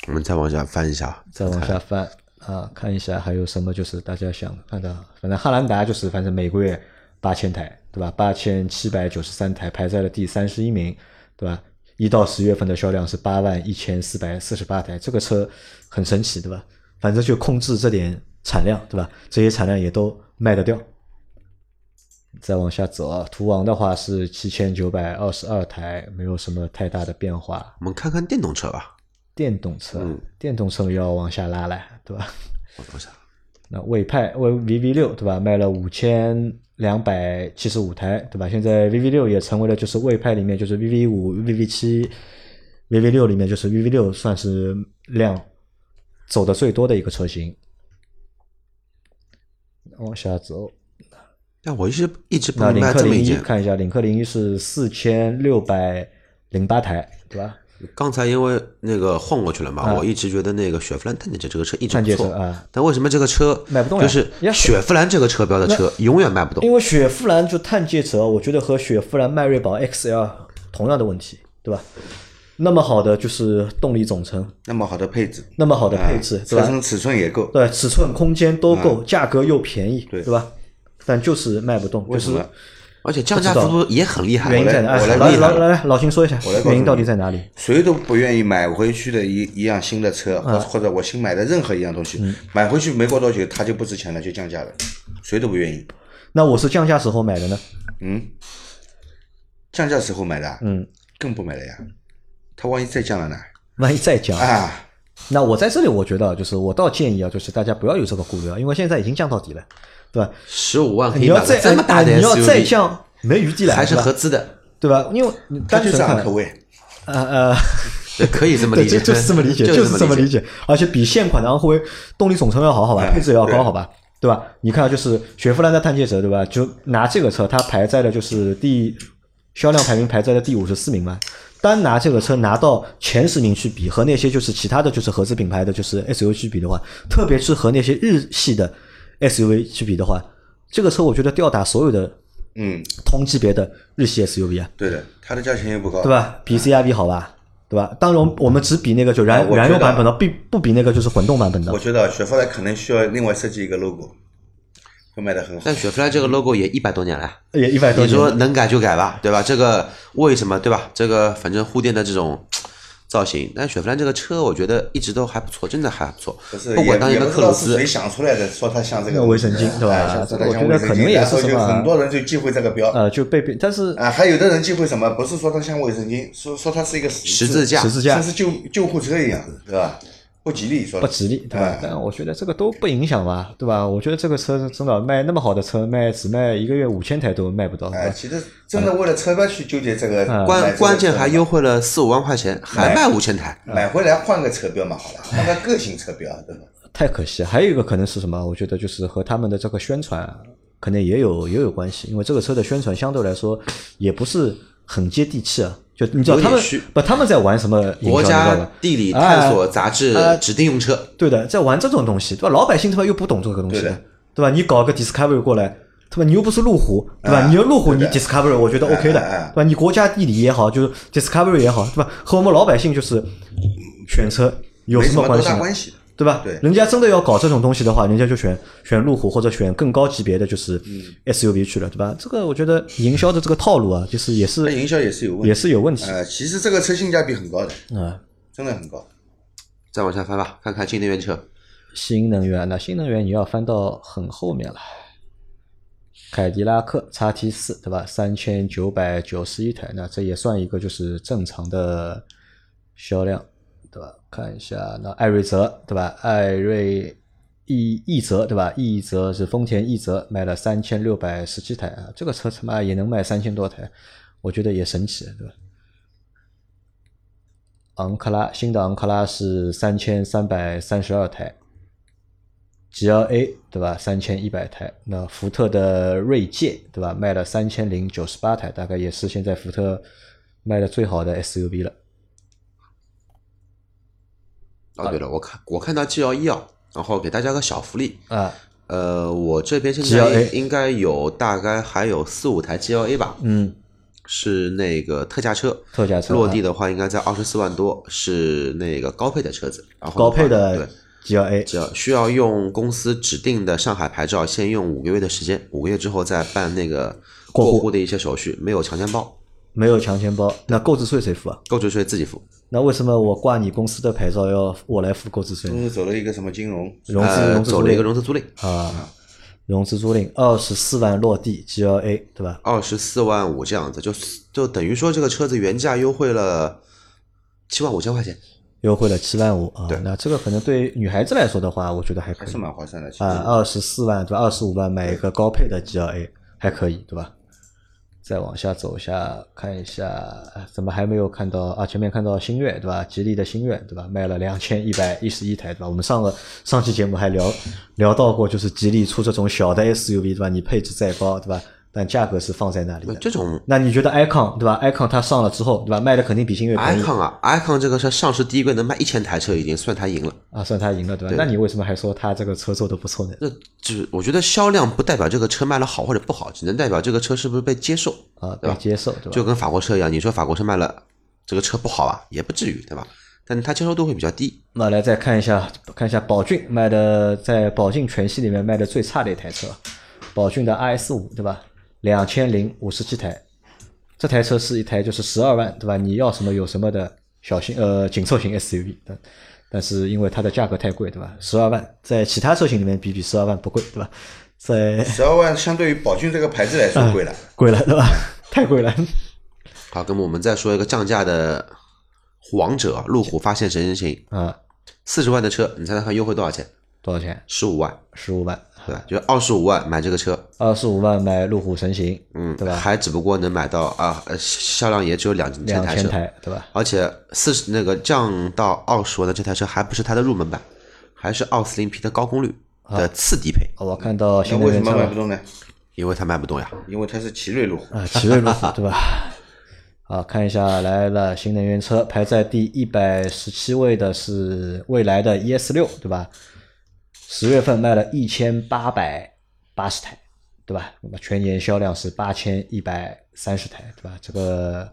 我们再往下翻一下，再往下翻啊，看一下还有什么，就是大家想看到，反正汉兰达就是反正每个月八千台，对吧？八千七百九十三台，排在了第三十一名，对吧？一到十月份的销量是八万一千四百四十八台，这个车很神奇，对吧？反正就控制这点产量，对吧？这些产量也都卖得掉。再往下走啊，途昂的话是七千九百二十二台，没有什么太大的变化。我们看看电动车吧。电动车，嗯电动车要往下拉了，对吧？我我想那魏派 V V V 六对吧，卖了五千两百七十五台对吧？现在 V V 六也成为了就是魏派里面就是 V V 五、V V 七、V V 六里面就是 V V 六算是量走的最多的一个车型。往下走，但我一直一直不那明领白克嗯这么零一一件，看一下，领克零一是四千六百零八台对吧？刚才因为那个晃过去了嘛，啊我一直觉得那个雪佛兰探险者这个车一直探不界车错，啊，但为什么这个车卖不动呀就是呀雪佛兰这个车标的车永远卖不动因为雪佛兰就探界者，啊我觉得和雪佛兰迈锐宝 XL 同样的问题，对吧？那么好的就是动力总成，那么好的配置，那么好的啊配置，对车吧身？尺寸也够，对，尺寸、空间都够，价格又便宜，嗯对对吧？但就是卖不动，就为是什么？而且降价幅度也很厉害。原因在哪？我来哎我来来理解来来来，老秦说一下我来告诉你原因到底在哪里？谁都不愿意买回去的一一样新的车，啊或或者我新买的任何一样东西，嗯买回去没过多久它就不值钱了，就降价了，谁都不愿意。那我是降价时候买的呢，嗯，降价时候买的，嗯，更不买了呀。它万一再降了呢？万一再降，啊，那我在这里，我觉得就是我倒建议啊，就是大家不要有这个顾虑啊，因为现在已经降到底了，对吧？十五万可你以买要个再呃这么大的你要再 SUV，降，没余地了，还是对吧合资的，对吧？因为你它单就是纯看昂科威，呃呃，对，可以这么对，理解，就就是这么理解， 就是这么理理。解，而且比现款的昂科威动力总成要好，好吧，嗯配置也要对高，好吧，哎对吧？你看啊，就是雪佛兰的探界者，对吧？就拿这个车，它排在了就是第销量排名排在了第五十四名嘛。单拿这个车拿到前十名去比，和那些就是其他的就是合资品牌的就是 SUV 去比的话，特别是和那些日系的 SUV 去比的话，这个车我觉得吊打所有的嗯，同级别的日系 SUV 啊。对的，它的价钱也不高，对？吧？比 CRV 好吧，对吧？当然我们，我们只比那个就啊燃我觉得燃油版本的，不不比那个就是混动版本的我。觉得雪佛兰可能需要另外设计一个 logo，会卖的很好但。雪佛兰这个 logo 也一百多年了，也一百多你说年，能改就改吧，对吧？这个为什么，对吧？这个反正沪电的这种造型，但雪佛兰这个车，我觉得一直都还不错，真的还不错。不是，不管当一也个不知克道鲁是兹谁，想出来的，说它像这个那卫生巾对吧哎像说这它个我像觉得卫生巾可能也然后是什就么很多人就忌讳这个标呃，就被被，但是啊，还有的人忌讳什么？不是说它像卫生巾，说说它是一个十字架十字架像是救救护车一样，对吧？不吉利，说不的吉利，对吧哎？但我觉得这个都不影响吧，对吧？我觉得这个车真的卖那么好的车，卖只卖一个月五千台都卖不到，对哎，吧？其实真的为了车标去纠结这个，嗯买这关个关键车还嗯优惠了四五万块钱，还卖五千台。买回来换个车标嘛，好 了，换个个性车标，对吧？太可惜。还有一个可能是什么？我觉得就是和他们的这个宣传啊可能也有也有关系，因为这个车的宣传相对来说也不是很接地气啊。就你知道有点他们虚不，他们在玩什么营销？国你知道家吧？地啊理探索哎杂志哎指定用车，对的，在玩这种东西，对吧？老百姓他妈又不懂这个东西对的，的对吧？你搞个 Discovery 过来，他妈你又不是路虎，对吧？啊你要路虎，对你的 Discovery 我觉得 OK 的，啊啊啊对吧？你国家地理也好，就是 Discovery 也好，对吧？和我们老百姓就是选车有嗯没什什么关多系大呢？关系的。对吧？对人家真的要搞这种东西的话，人家就选选路虎或者选更高级别的就是嗯 SUV 去了，对吧？这个我觉得营销的这个套路啊，就是也那是营销也是有问题，也是有问题啊、呃，其实这个车性价比很高的，真的很高。再往下翻吧，看看新能源车。新能源，那新能源你要翻到很后面了。凯迪拉克 XT 四对吧？三千九百九十一台，那这也算一个就是正常的销量，对吧？看一下那艾瑞泽对吧？艾瑞奕奕泽对吧？奕泽是丰田奕泽，卖了三千六百十七台啊，这个车他妈也能卖三千多台，我觉得也神奇，对吧？昂克拉新的昂克拉是三千三百三十二台，GLA 哎对吧？三千一百台。那福特的锐界对吧？卖了三千零九十八台，大概也是现在福特卖的最好的 SUV 了。哦，对了，我看我看到 G L E 啊，然后给大家个小福利。啊，呃，我这边现在 GLA 应该有大概还有四五台 G L A 吧，嗯，是那个特价车，特价车啊落地的话应该在二十四万多，是那个高配的车子。然后高话配的哎对，只 GLA 要需要用公司指定的上海牌照，先用五个月的时间，五个月之后再办那个过户过户的一些手续，没有强强暴，没有强钱包，那购置税谁付啊？购置税自己付。那为什么我挂你公司的牌照要我来付购置税呢中？是走了一个什么金融？融资、呃，融资走租了一个赁融资租赁，啊，融资租赁二十四万落地 GLA 对吧？二十四万五这样子，就就等于说这个车子原价优惠了七万五千块钱。优惠了七万五啊对。那这个可能对女孩子来说的话，我觉得还可还以是蛮划算的，其实。啊，二十四万对吧？二十五万买一个高配的 GLA 还可以对吧？再往下走一下，看一下，哎怎么还没有看到啊？前面看到星越对吧？吉利的星越对吧？卖了两千一百一十一台对吧？我们上个上期节目还聊聊到过，就是吉利出这种小的 SUV 对吧？你配置再高对吧？但价格是放在那里那的。这种那你觉得 Icon 对吧？Icon 它上了之后对吧？卖的肯定比星越便宜 icon 啊，icon 这个车上市第一个能卖一千台车，已经算它赢了。啊，算它赢了对吧？对那你为什么还说它这个车做的不错呢？那只我觉得销量不代表这个车卖了好或者不好，只能代表这个车是不是被接受。啊，被对吧接受对吧？就跟法国车一样，你说法国车卖了这个车不好啊，也不至于，对吧？但它接受度会比较低。那来再看一下，看一下宝骏卖的，在宝骏全系里面卖的最差的一台车，宝骏的 RS 五对吧？两千零五十七台，这台车是一台就是十二万对吧？你要什么有什么的小型呃紧凑型 SUV，但但是因为它的价格太贵对吧？十二万在其他车型里面比比十二万不贵对吧？在十二万相对于宝骏这个牌子来说贵了，贵了对吧？ 太贵了。好，那么我们再说一个降价的王者，路虎发现神行，啊，四十万的车，你猜猜看优惠多少钱？多少钱？十五万，十五万，对吧？就二十五万买这个车，二十五万买路虎神行，嗯，对吧还只不过能买到啊，呃销量也只有两千两台千车，台，对吧？而且四十那个降到二十万的这台车还不是它的入门版，还是奥斯林皮的高功率的次低配，哦我看到那新能为什源车么买不了动呢？因为它卖不动呀。因为它是奇瑞路虎，啊，奇瑞路虎，对吧？ 啊，看一下来了，新能源车排在第一百十七位的是蔚来的 ES 六，对吧？十月份卖了一千八百八十台，对吧？那么全年销量是八千一百三十台，对吧？这个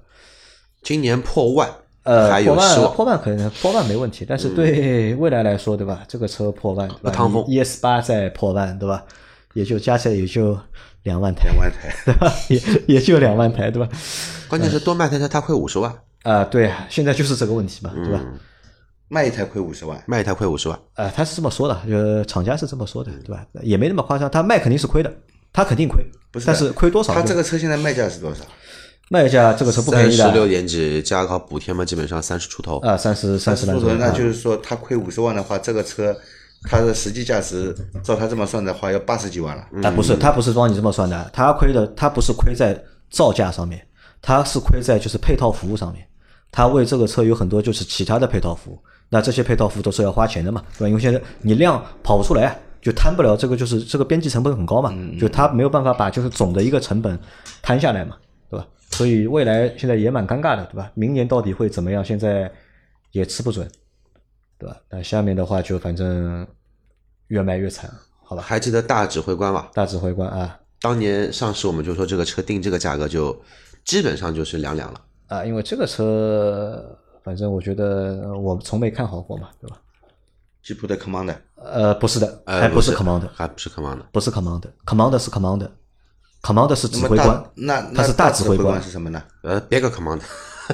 今年破万，呃，还有破希万望。破万可能破万没问题，但是嗯对未来来说，对吧？这个车破万，对吧唐风 ES 八再破万，对吧？也就加起来也就两万台，两万台，对吧？也也就两万台，对吧？关键是多卖台车它亏五十万，啊、对啊，现在就是这个问题嘛，对吧？卖一台亏五十万，卖一台亏五十万。啊、他是这么说的，呃，厂家是这么说的，对吧？也没那么夸张，他卖肯定是亏的，他肯定亏，不是的但是亏多少就？它这个车现在卖价是多少？卖价这个车不便三宜十六的，点几加搞补贴嘛，基本上三十出头。啊，三十三十来说左的右，那啊就是说，它亏五十万的话，这个车它的实际价值，照它这么算的话，要八十几万了。啊，不是，他不是帮你这么算的，他亏的，他不是亏在造价上面，他是亏在就是配套服务上面。他为这个车有很多就是其他的配套服务，那这些配套服务都是要花钱的嘛，对吧？因为现在你量跑不出来啊，就摊不了这个，就是这个边际成本很高嘛，就他没有办法把就是总的一个成本摊下来嘛，对吧？所以未来现在也蛮尴尬的，对吧？明年到底会怎么样？现在也吃不准，对吧？那下面的话就反正越卖越惨，好吧？还记得大指挥官吧？大指挥官啊，当年上市我们就说这个车定这个价格就基本上就是两两了。啊，因为这个车，反正我觉得呃我从没看好过嘛，对吧？吉普的 Commander 呃，不是的，呃，还不是 Commander，还不是 Command，不是 Commander，Commander 是 Commander，Commander 是那指么挥大官，那那他是大大指挥挥官是什么呢呃，别个 Command，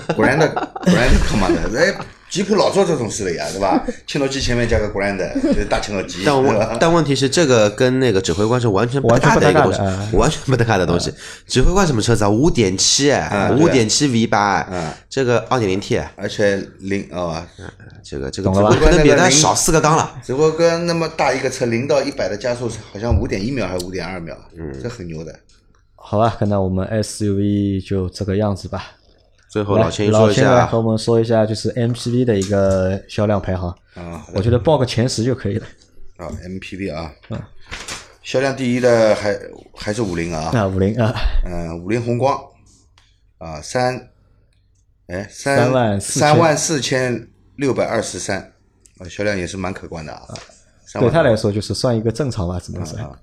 ？Grand Grand Commander，哎，吉普老做这种事了呀，对吧？切诺基前面加个 Grand，就是大切诺基， 但对吧问但问题是这个跟那个指挥官是完全完全搭不的一个搭东嘎的啊嗯西， 完全不搭嘎的东西。指挥官什么车子啊？五点七，啊五点七 V 八哎嗯，这个二点零 T，哎而且零哦，嗯这个这个懂指了吧挥官能比它那个零少四个 缸了。只不过跟那么大一个车，零到一百的加速好像五点一秒还是五点二秒，嗯，这很牛的。好吧？那我们 SUV 就这个样子吧。最后来老千说一千啊来下和，我们说一下就是 MPV 的一个销量排行，啊，我觉得报个前十就可以了。啊，MPV 啊，嗯销量第一的还还是五菱啊，那五菱啊，嗯，五菱宏光啊，三，哎，三三万四千三万四千六百二十三，啊，销量也是蛮可观的啊。三对万他来说就是算一个正常吧，只能是。啊，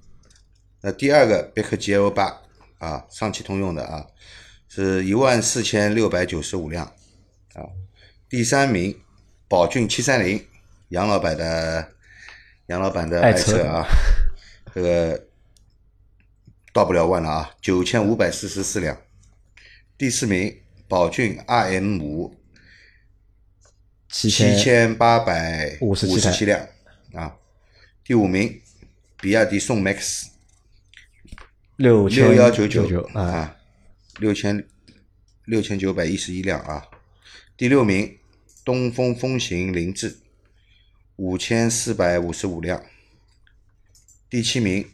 那第二个别克 GL 八啊，上汽通用的啊，是一万四千六百九十五辆啊。第三名，宝骏七三零，杨老板的杨老板的爱爱车车啊，这个到不了万了啊，九千五百四十四辆。第四名，宝骏 RM 五，七七千千八百五十十七台七辆啊。第五名，比亚迪宋 MAX 六六千幺九九啊，啊，六千六千九百一十一辆啊。第六名，东风风行凌志五千四百五十五辆。第七名，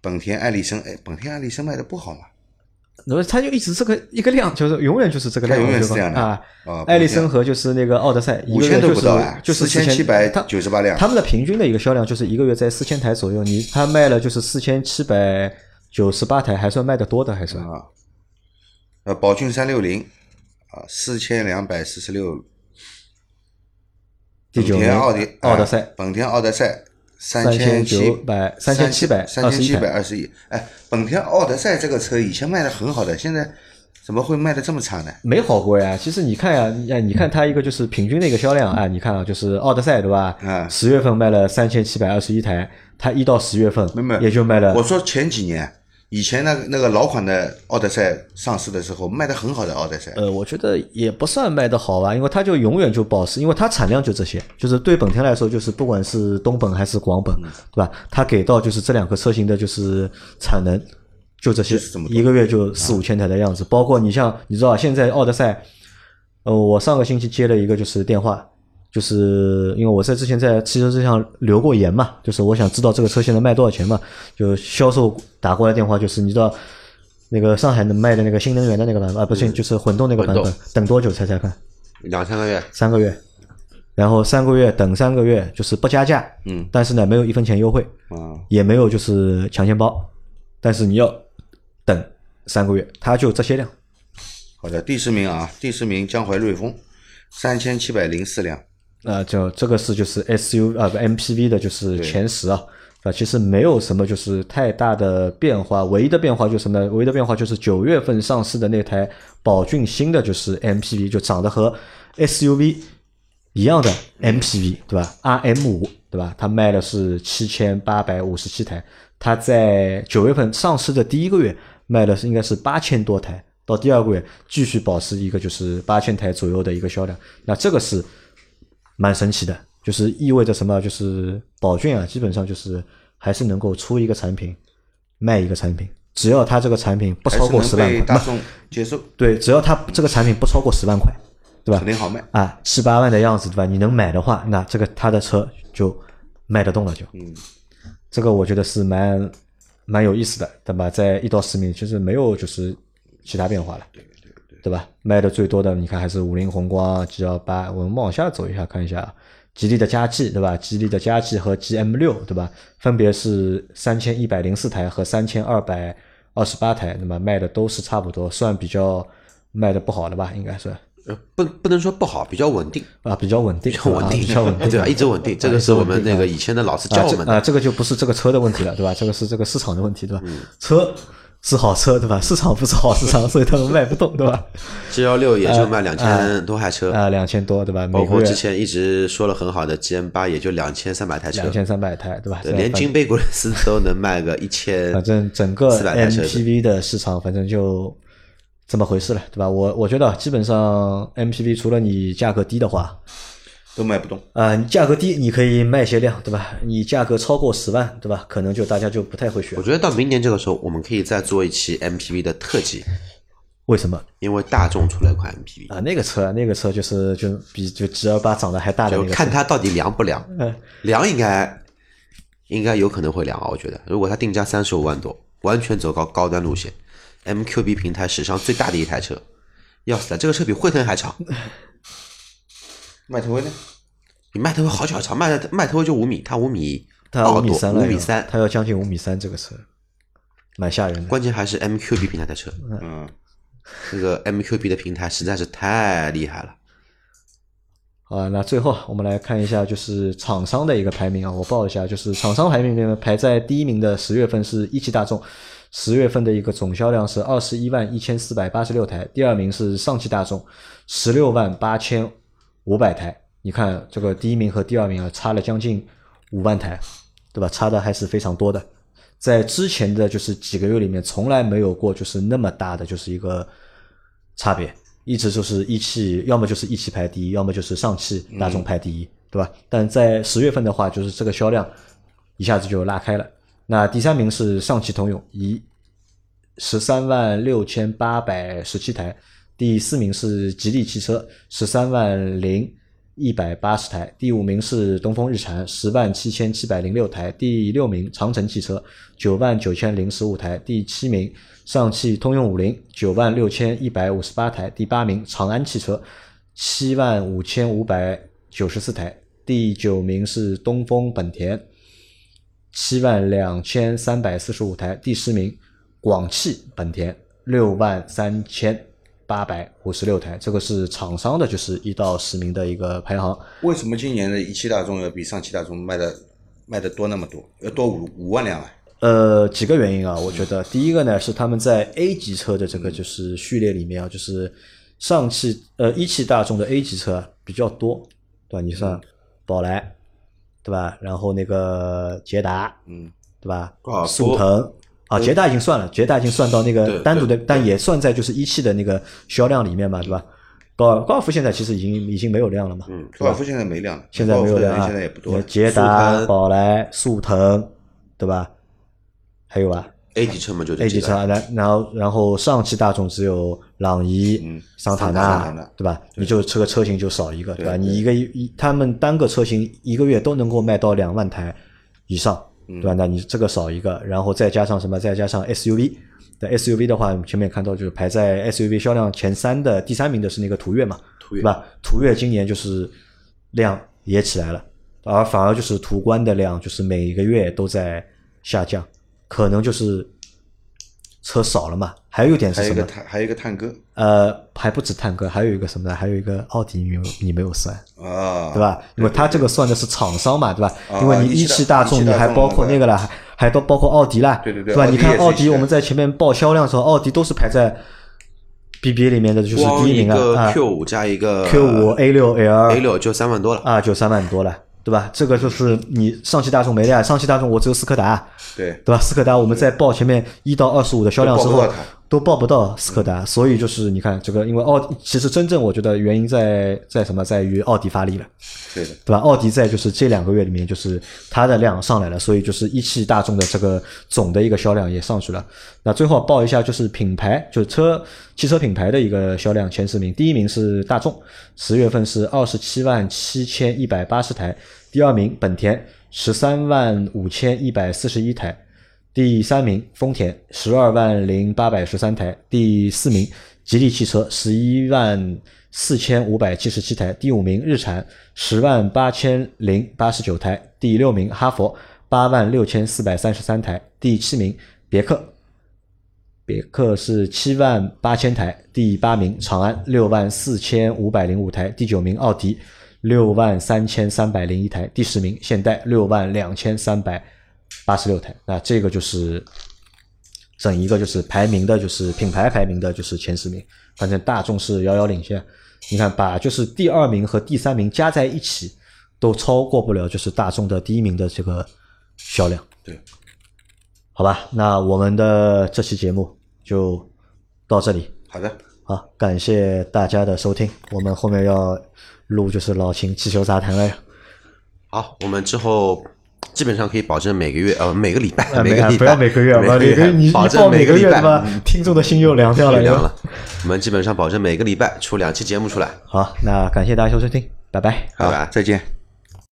本田艾力绅，哎，本田艾力绅卖的不好嘛？然后他就一直这个一个量，就是永远就是这个它量，永远是对吧这样的啊。啊，艾力本田绅和就是那个奥德赛，一五个月千都就不是到啊，就是四千七百九十八辆他。们的平均的一个销量就是一个月在四千台左右，你他卖了就是四千七百九十八台，还算卖的多的，还算啊，呃，宝骏三六零啊，四千两百四十六，第本九田名嗯奥迪奥德啊赛本田奥德赛三3900七百三3700三千七2100百二十一，哎，本田奥德赛这个车以前卖的很好的，现在怎么会卖的这么差呢？没好过呀。其实你看呀，你哎你看它一个就是平均的一个销量啊，你看啊，就是奥德赛对吧？嗯十月份卖了三千七百二十一台，它一到十月份没有，也就卖了我说前几年，以前那个那个老款的奥德赛上市的时候，卖的很好的奥德赛，呃，我觉得也不算卖得好吧，因为它就永远就保持，因为它产量就这些，就是对本田来说，就是不管是东本还是广本，嗯对吧？它给到就是这两个车型的就是产能就这些就是这么，多一个月就四五千台的样子。包括你像你知道现在奥德赛，呃，我上个星期接了一个就是电话，就是因为我在之前在汽车之上留过言嘛，就是我想知道这个车现在卖多少钱嘛，就销售打过来电话，就是你知道那个上海能卖的那个新能源的那个版本啊，不是就是混动那个版混本，等多久猜猜看？两三个月，三个月，然后三个月等三个月，就是不加价，嗯但是呢没有一分钱优惠，啊，也没有就是抢先包，但是你要等三个月，它就这些量。好的，第十名啊，第十名江淮瑞风，三千七百零四辆，呃，就这个是就是 SUV 啊不 MPV 的就是对前十啊，啊其实没有什么就是太大的变化，唯一的变化就是什么呢？唯一的变化就是九月份上市的那台宝骏新的就是 MPV，就长得和 SUV 一样的 MPV 对吧？RM 五对吧？它卖的是七千八百五十七台，它在九月份上市的第一个月卖的是应该是八千多台，到第二个月继续保持一个就是八千台左右的一个销量，那这个是蛮神奇的，就是意味着什么？就是宝骏啊，基本上就是还是能够出一个产品卖一个产品，只要它这个产品不还超是过能十万被块，大不众接受，对，只要它这个产品不超过十万块，对吧肯？定好卖。啊，七八万的样子，对吧？你能买的话，那这个他的车就卖得动了就，嗯，这个我觉得是蛮蛮有意思的，对吧？在一到十名其实没有就是其他变化了，对吧？卖的最多的你看还是五菱宏光 G 幺八，我们往下走一下看一下啊，吉利的嘉际对吧？吉利的嘉际和 GM 六对吧？分别是三千一百零四台和三千二百二十八台，那么卖的都是差不多，算比较卖的不好的吧，应该算。呃不不能说不好，比较稳定， 啊，比较稳定，比较稳定，啊比较 稳定，对吧？一直稳定，这个是我们那个以前的老师啊教我这们啊，的，这个就不是这个车的问题了，对吧？这个是这个市场的问题，对吧？嗯车是好车，对吧？市场不是好市 场，所以他们卖不动，对吧？ G 幺六也就卖两千多台车，啊啊，两千多，对吧？包每个括月之前一直说了很好的 GM 八，也就两千三百台车两，千三百台，对吧？对这连反金杯格雷斯都能卖个一千，反正整个四百台车子 MPV 的市场，反正就这么回事了，对吧？我我觉得啊基本上 MPV 除了你价格低的话，都卖不动。啊，你价格低你可以卖些量，对吧？你价格超过十万，对吧？可能就大家就不太会选我，觉得到明年这个时候，我们可以再做一期 MPV 的特辑，为什么？因为大众出了一款 MPV，啊，那个车，那个车就是就比就 G 2 8长得还大的就那个车看，它到底凉不凉。嗯凉应该应该有可能会凉啊，我觉得，如果它定价三十五万多，完全走高高端路线，MQB 平台史上最大的一台车，要死了，这个车比辉腾还长，迈腾威呢？比迈腾威好巧长，迈腾迈腾威就五米，它五米它二五米多，三五了，米三，它要将近五米三这个车，蛮吓人的。关键还是 MQB 平台的车，嗯，这个 MQB 的平台实在是太厉害了。啊，那最后我们来看一下就是厂商的一个排名啊，我报一下，就是厂商排名里面排在第一名的十月份是一汽大众，十月份的一个总销量是二十一万一千四百八十六台，第二名是上汽大众，十六万八千五百台。你看这个第一名和第二名啊，差了将近五万台，对吧？差的还是非常多的。在之前的就是几个月里面，从来没有过就是那么大的就是一个差别，一直就是一汽，要么就是一汽排第一，要么就是上汽大众排第一，对吧？但在十月份的话，就是这个销量一下子就拉开了。那第三名是上汽通用，以十三万六千八百十七台；第四名是吉利汽车，十三万零一百八十台；第五名是东风日产，十万七千七百零六台；第六名长城汽车，九万九千零十五台；第七名上汽通用五菱，九万六千一百五十八台；第八名长安汽车，七万五千五百九十四台；第九名是东风本田。七万两千三百四十五台，第十名广汽本田六万三千八百五十六台，这个是厂商的，就是一到十名的一个排行。为什么今年的一汽大众要比上汽大众卖的卖的多那么多，要多五五万辆啊？呃，几个原因啊，我觉得第一个呢是他们在 A 级车的这个就是序列里面啊，就是上汽呃一汽大众的 A 级车啊比较多，对吧？你像宝来，对吧？然后那个捷达，嗯，对吧？啊速腾啊，捷达已经算了，捷达已经算到那对个对单独的，但也算在就是一汽的那个销量里面嘛，对吧？高尔高尔夫现在其实已经已经没有量了嘛，嗯，高尔夫现在没量了，现在没有量高尔夫的人啊，现在也不多了。捷速达、腾宝来、速腾，对吧？还有吧？啊 A 级车嘛，就是 A 级车，然然后然后上汽大众只有朗逸嗯、桑塔桑塔纳纳，对吧？你就车车型就少一个，对吧？对你一个一他们单个车型一个月都能够卖到两万台以上，嗯对吧？那你这个少一个，然后再加上什么？再加上 SUV。对 SUV 的话，我们前面也看到就是排在 SUV 销量前三的第三名的是那个途岳嘛，途对岳吧？途岳今年就是量也起来了，而反而就是途观的量就是每一个月都在下降，可能就是车少了嘛。还有一点是还有什一个么？探，还有一个探戈呃，还不止探戈，还有一个什么呢？还有一个奥迪，你没有你没有算，啊，对？吧？因为它这个算的是厂商嘛，对吧？啊因为你一汽汽大大众，一汽你大还众包括对那个了，还还包包括奥迪啦，对对对吧？奥迪你看也是奥一迪，汽我们在前面报销量的时候，奥迪都是排在 BBA 里面的，就是光第一名啊个啊 Q 五加一个 Q 五 A 啊六 L A 六就三万多了，啊，就三万多了，对吧？这个就是你上汽大众没的呀，上汽大众我只有斯柯达，啊对，对吧？斯柯达我们在报前面一到二十五的销量之都报后不到它，都报不到斯柯达，所以就是你看这个，因为奥其实真正我觉得原因在在什么，在于奥迪发力了，对的，对吧？奥迪在就是这两个月里面，就是它的量上来了，所以就是一汽大众的这个总的一个销量也上去了。那最后报一下就是品牌，就是车汽车品牌的一个销量前十名，第一名是大众，十月份是二十七万七千一百八十台；第二名本田，十三万五千一百四十一台；第三名丰田，十二万零八百十三台；第四名吉利汽车，十一万四千五百七十七台；第五名日产，十万八千零八十九台；第六名哈佛，八万六千四百三十三台；第七名别克。别克是七万八千台，第八名长安六万四千五百零五台，第九名奥迪六万三千三百零一台，第十名现代六万两千三百八十六台。那这个就是整一个就是排名的，就是品牌排名的，就是前十名。反正大众是遥遥领先。你看，把就是第二名和第三名加在一起，都超过不了就是大众的第一名的这个销量。对，好吧，那我们的这期节目就到这里。好的，好，感谢大家的收听。我们后面要录就是老秦气球杂谈了呀。好，我们之后基本上可以保证每个月呃 每个礼拜 啊，每个礼拜不要每个月，每个每礼个嗯拜你你保报证每个礼月拜的话，听众的心又凉 掉了。凉了。我们基本上保证每个礼拜出两期节目出来，好，那感谢大家收听，拜拜。好吧？再见。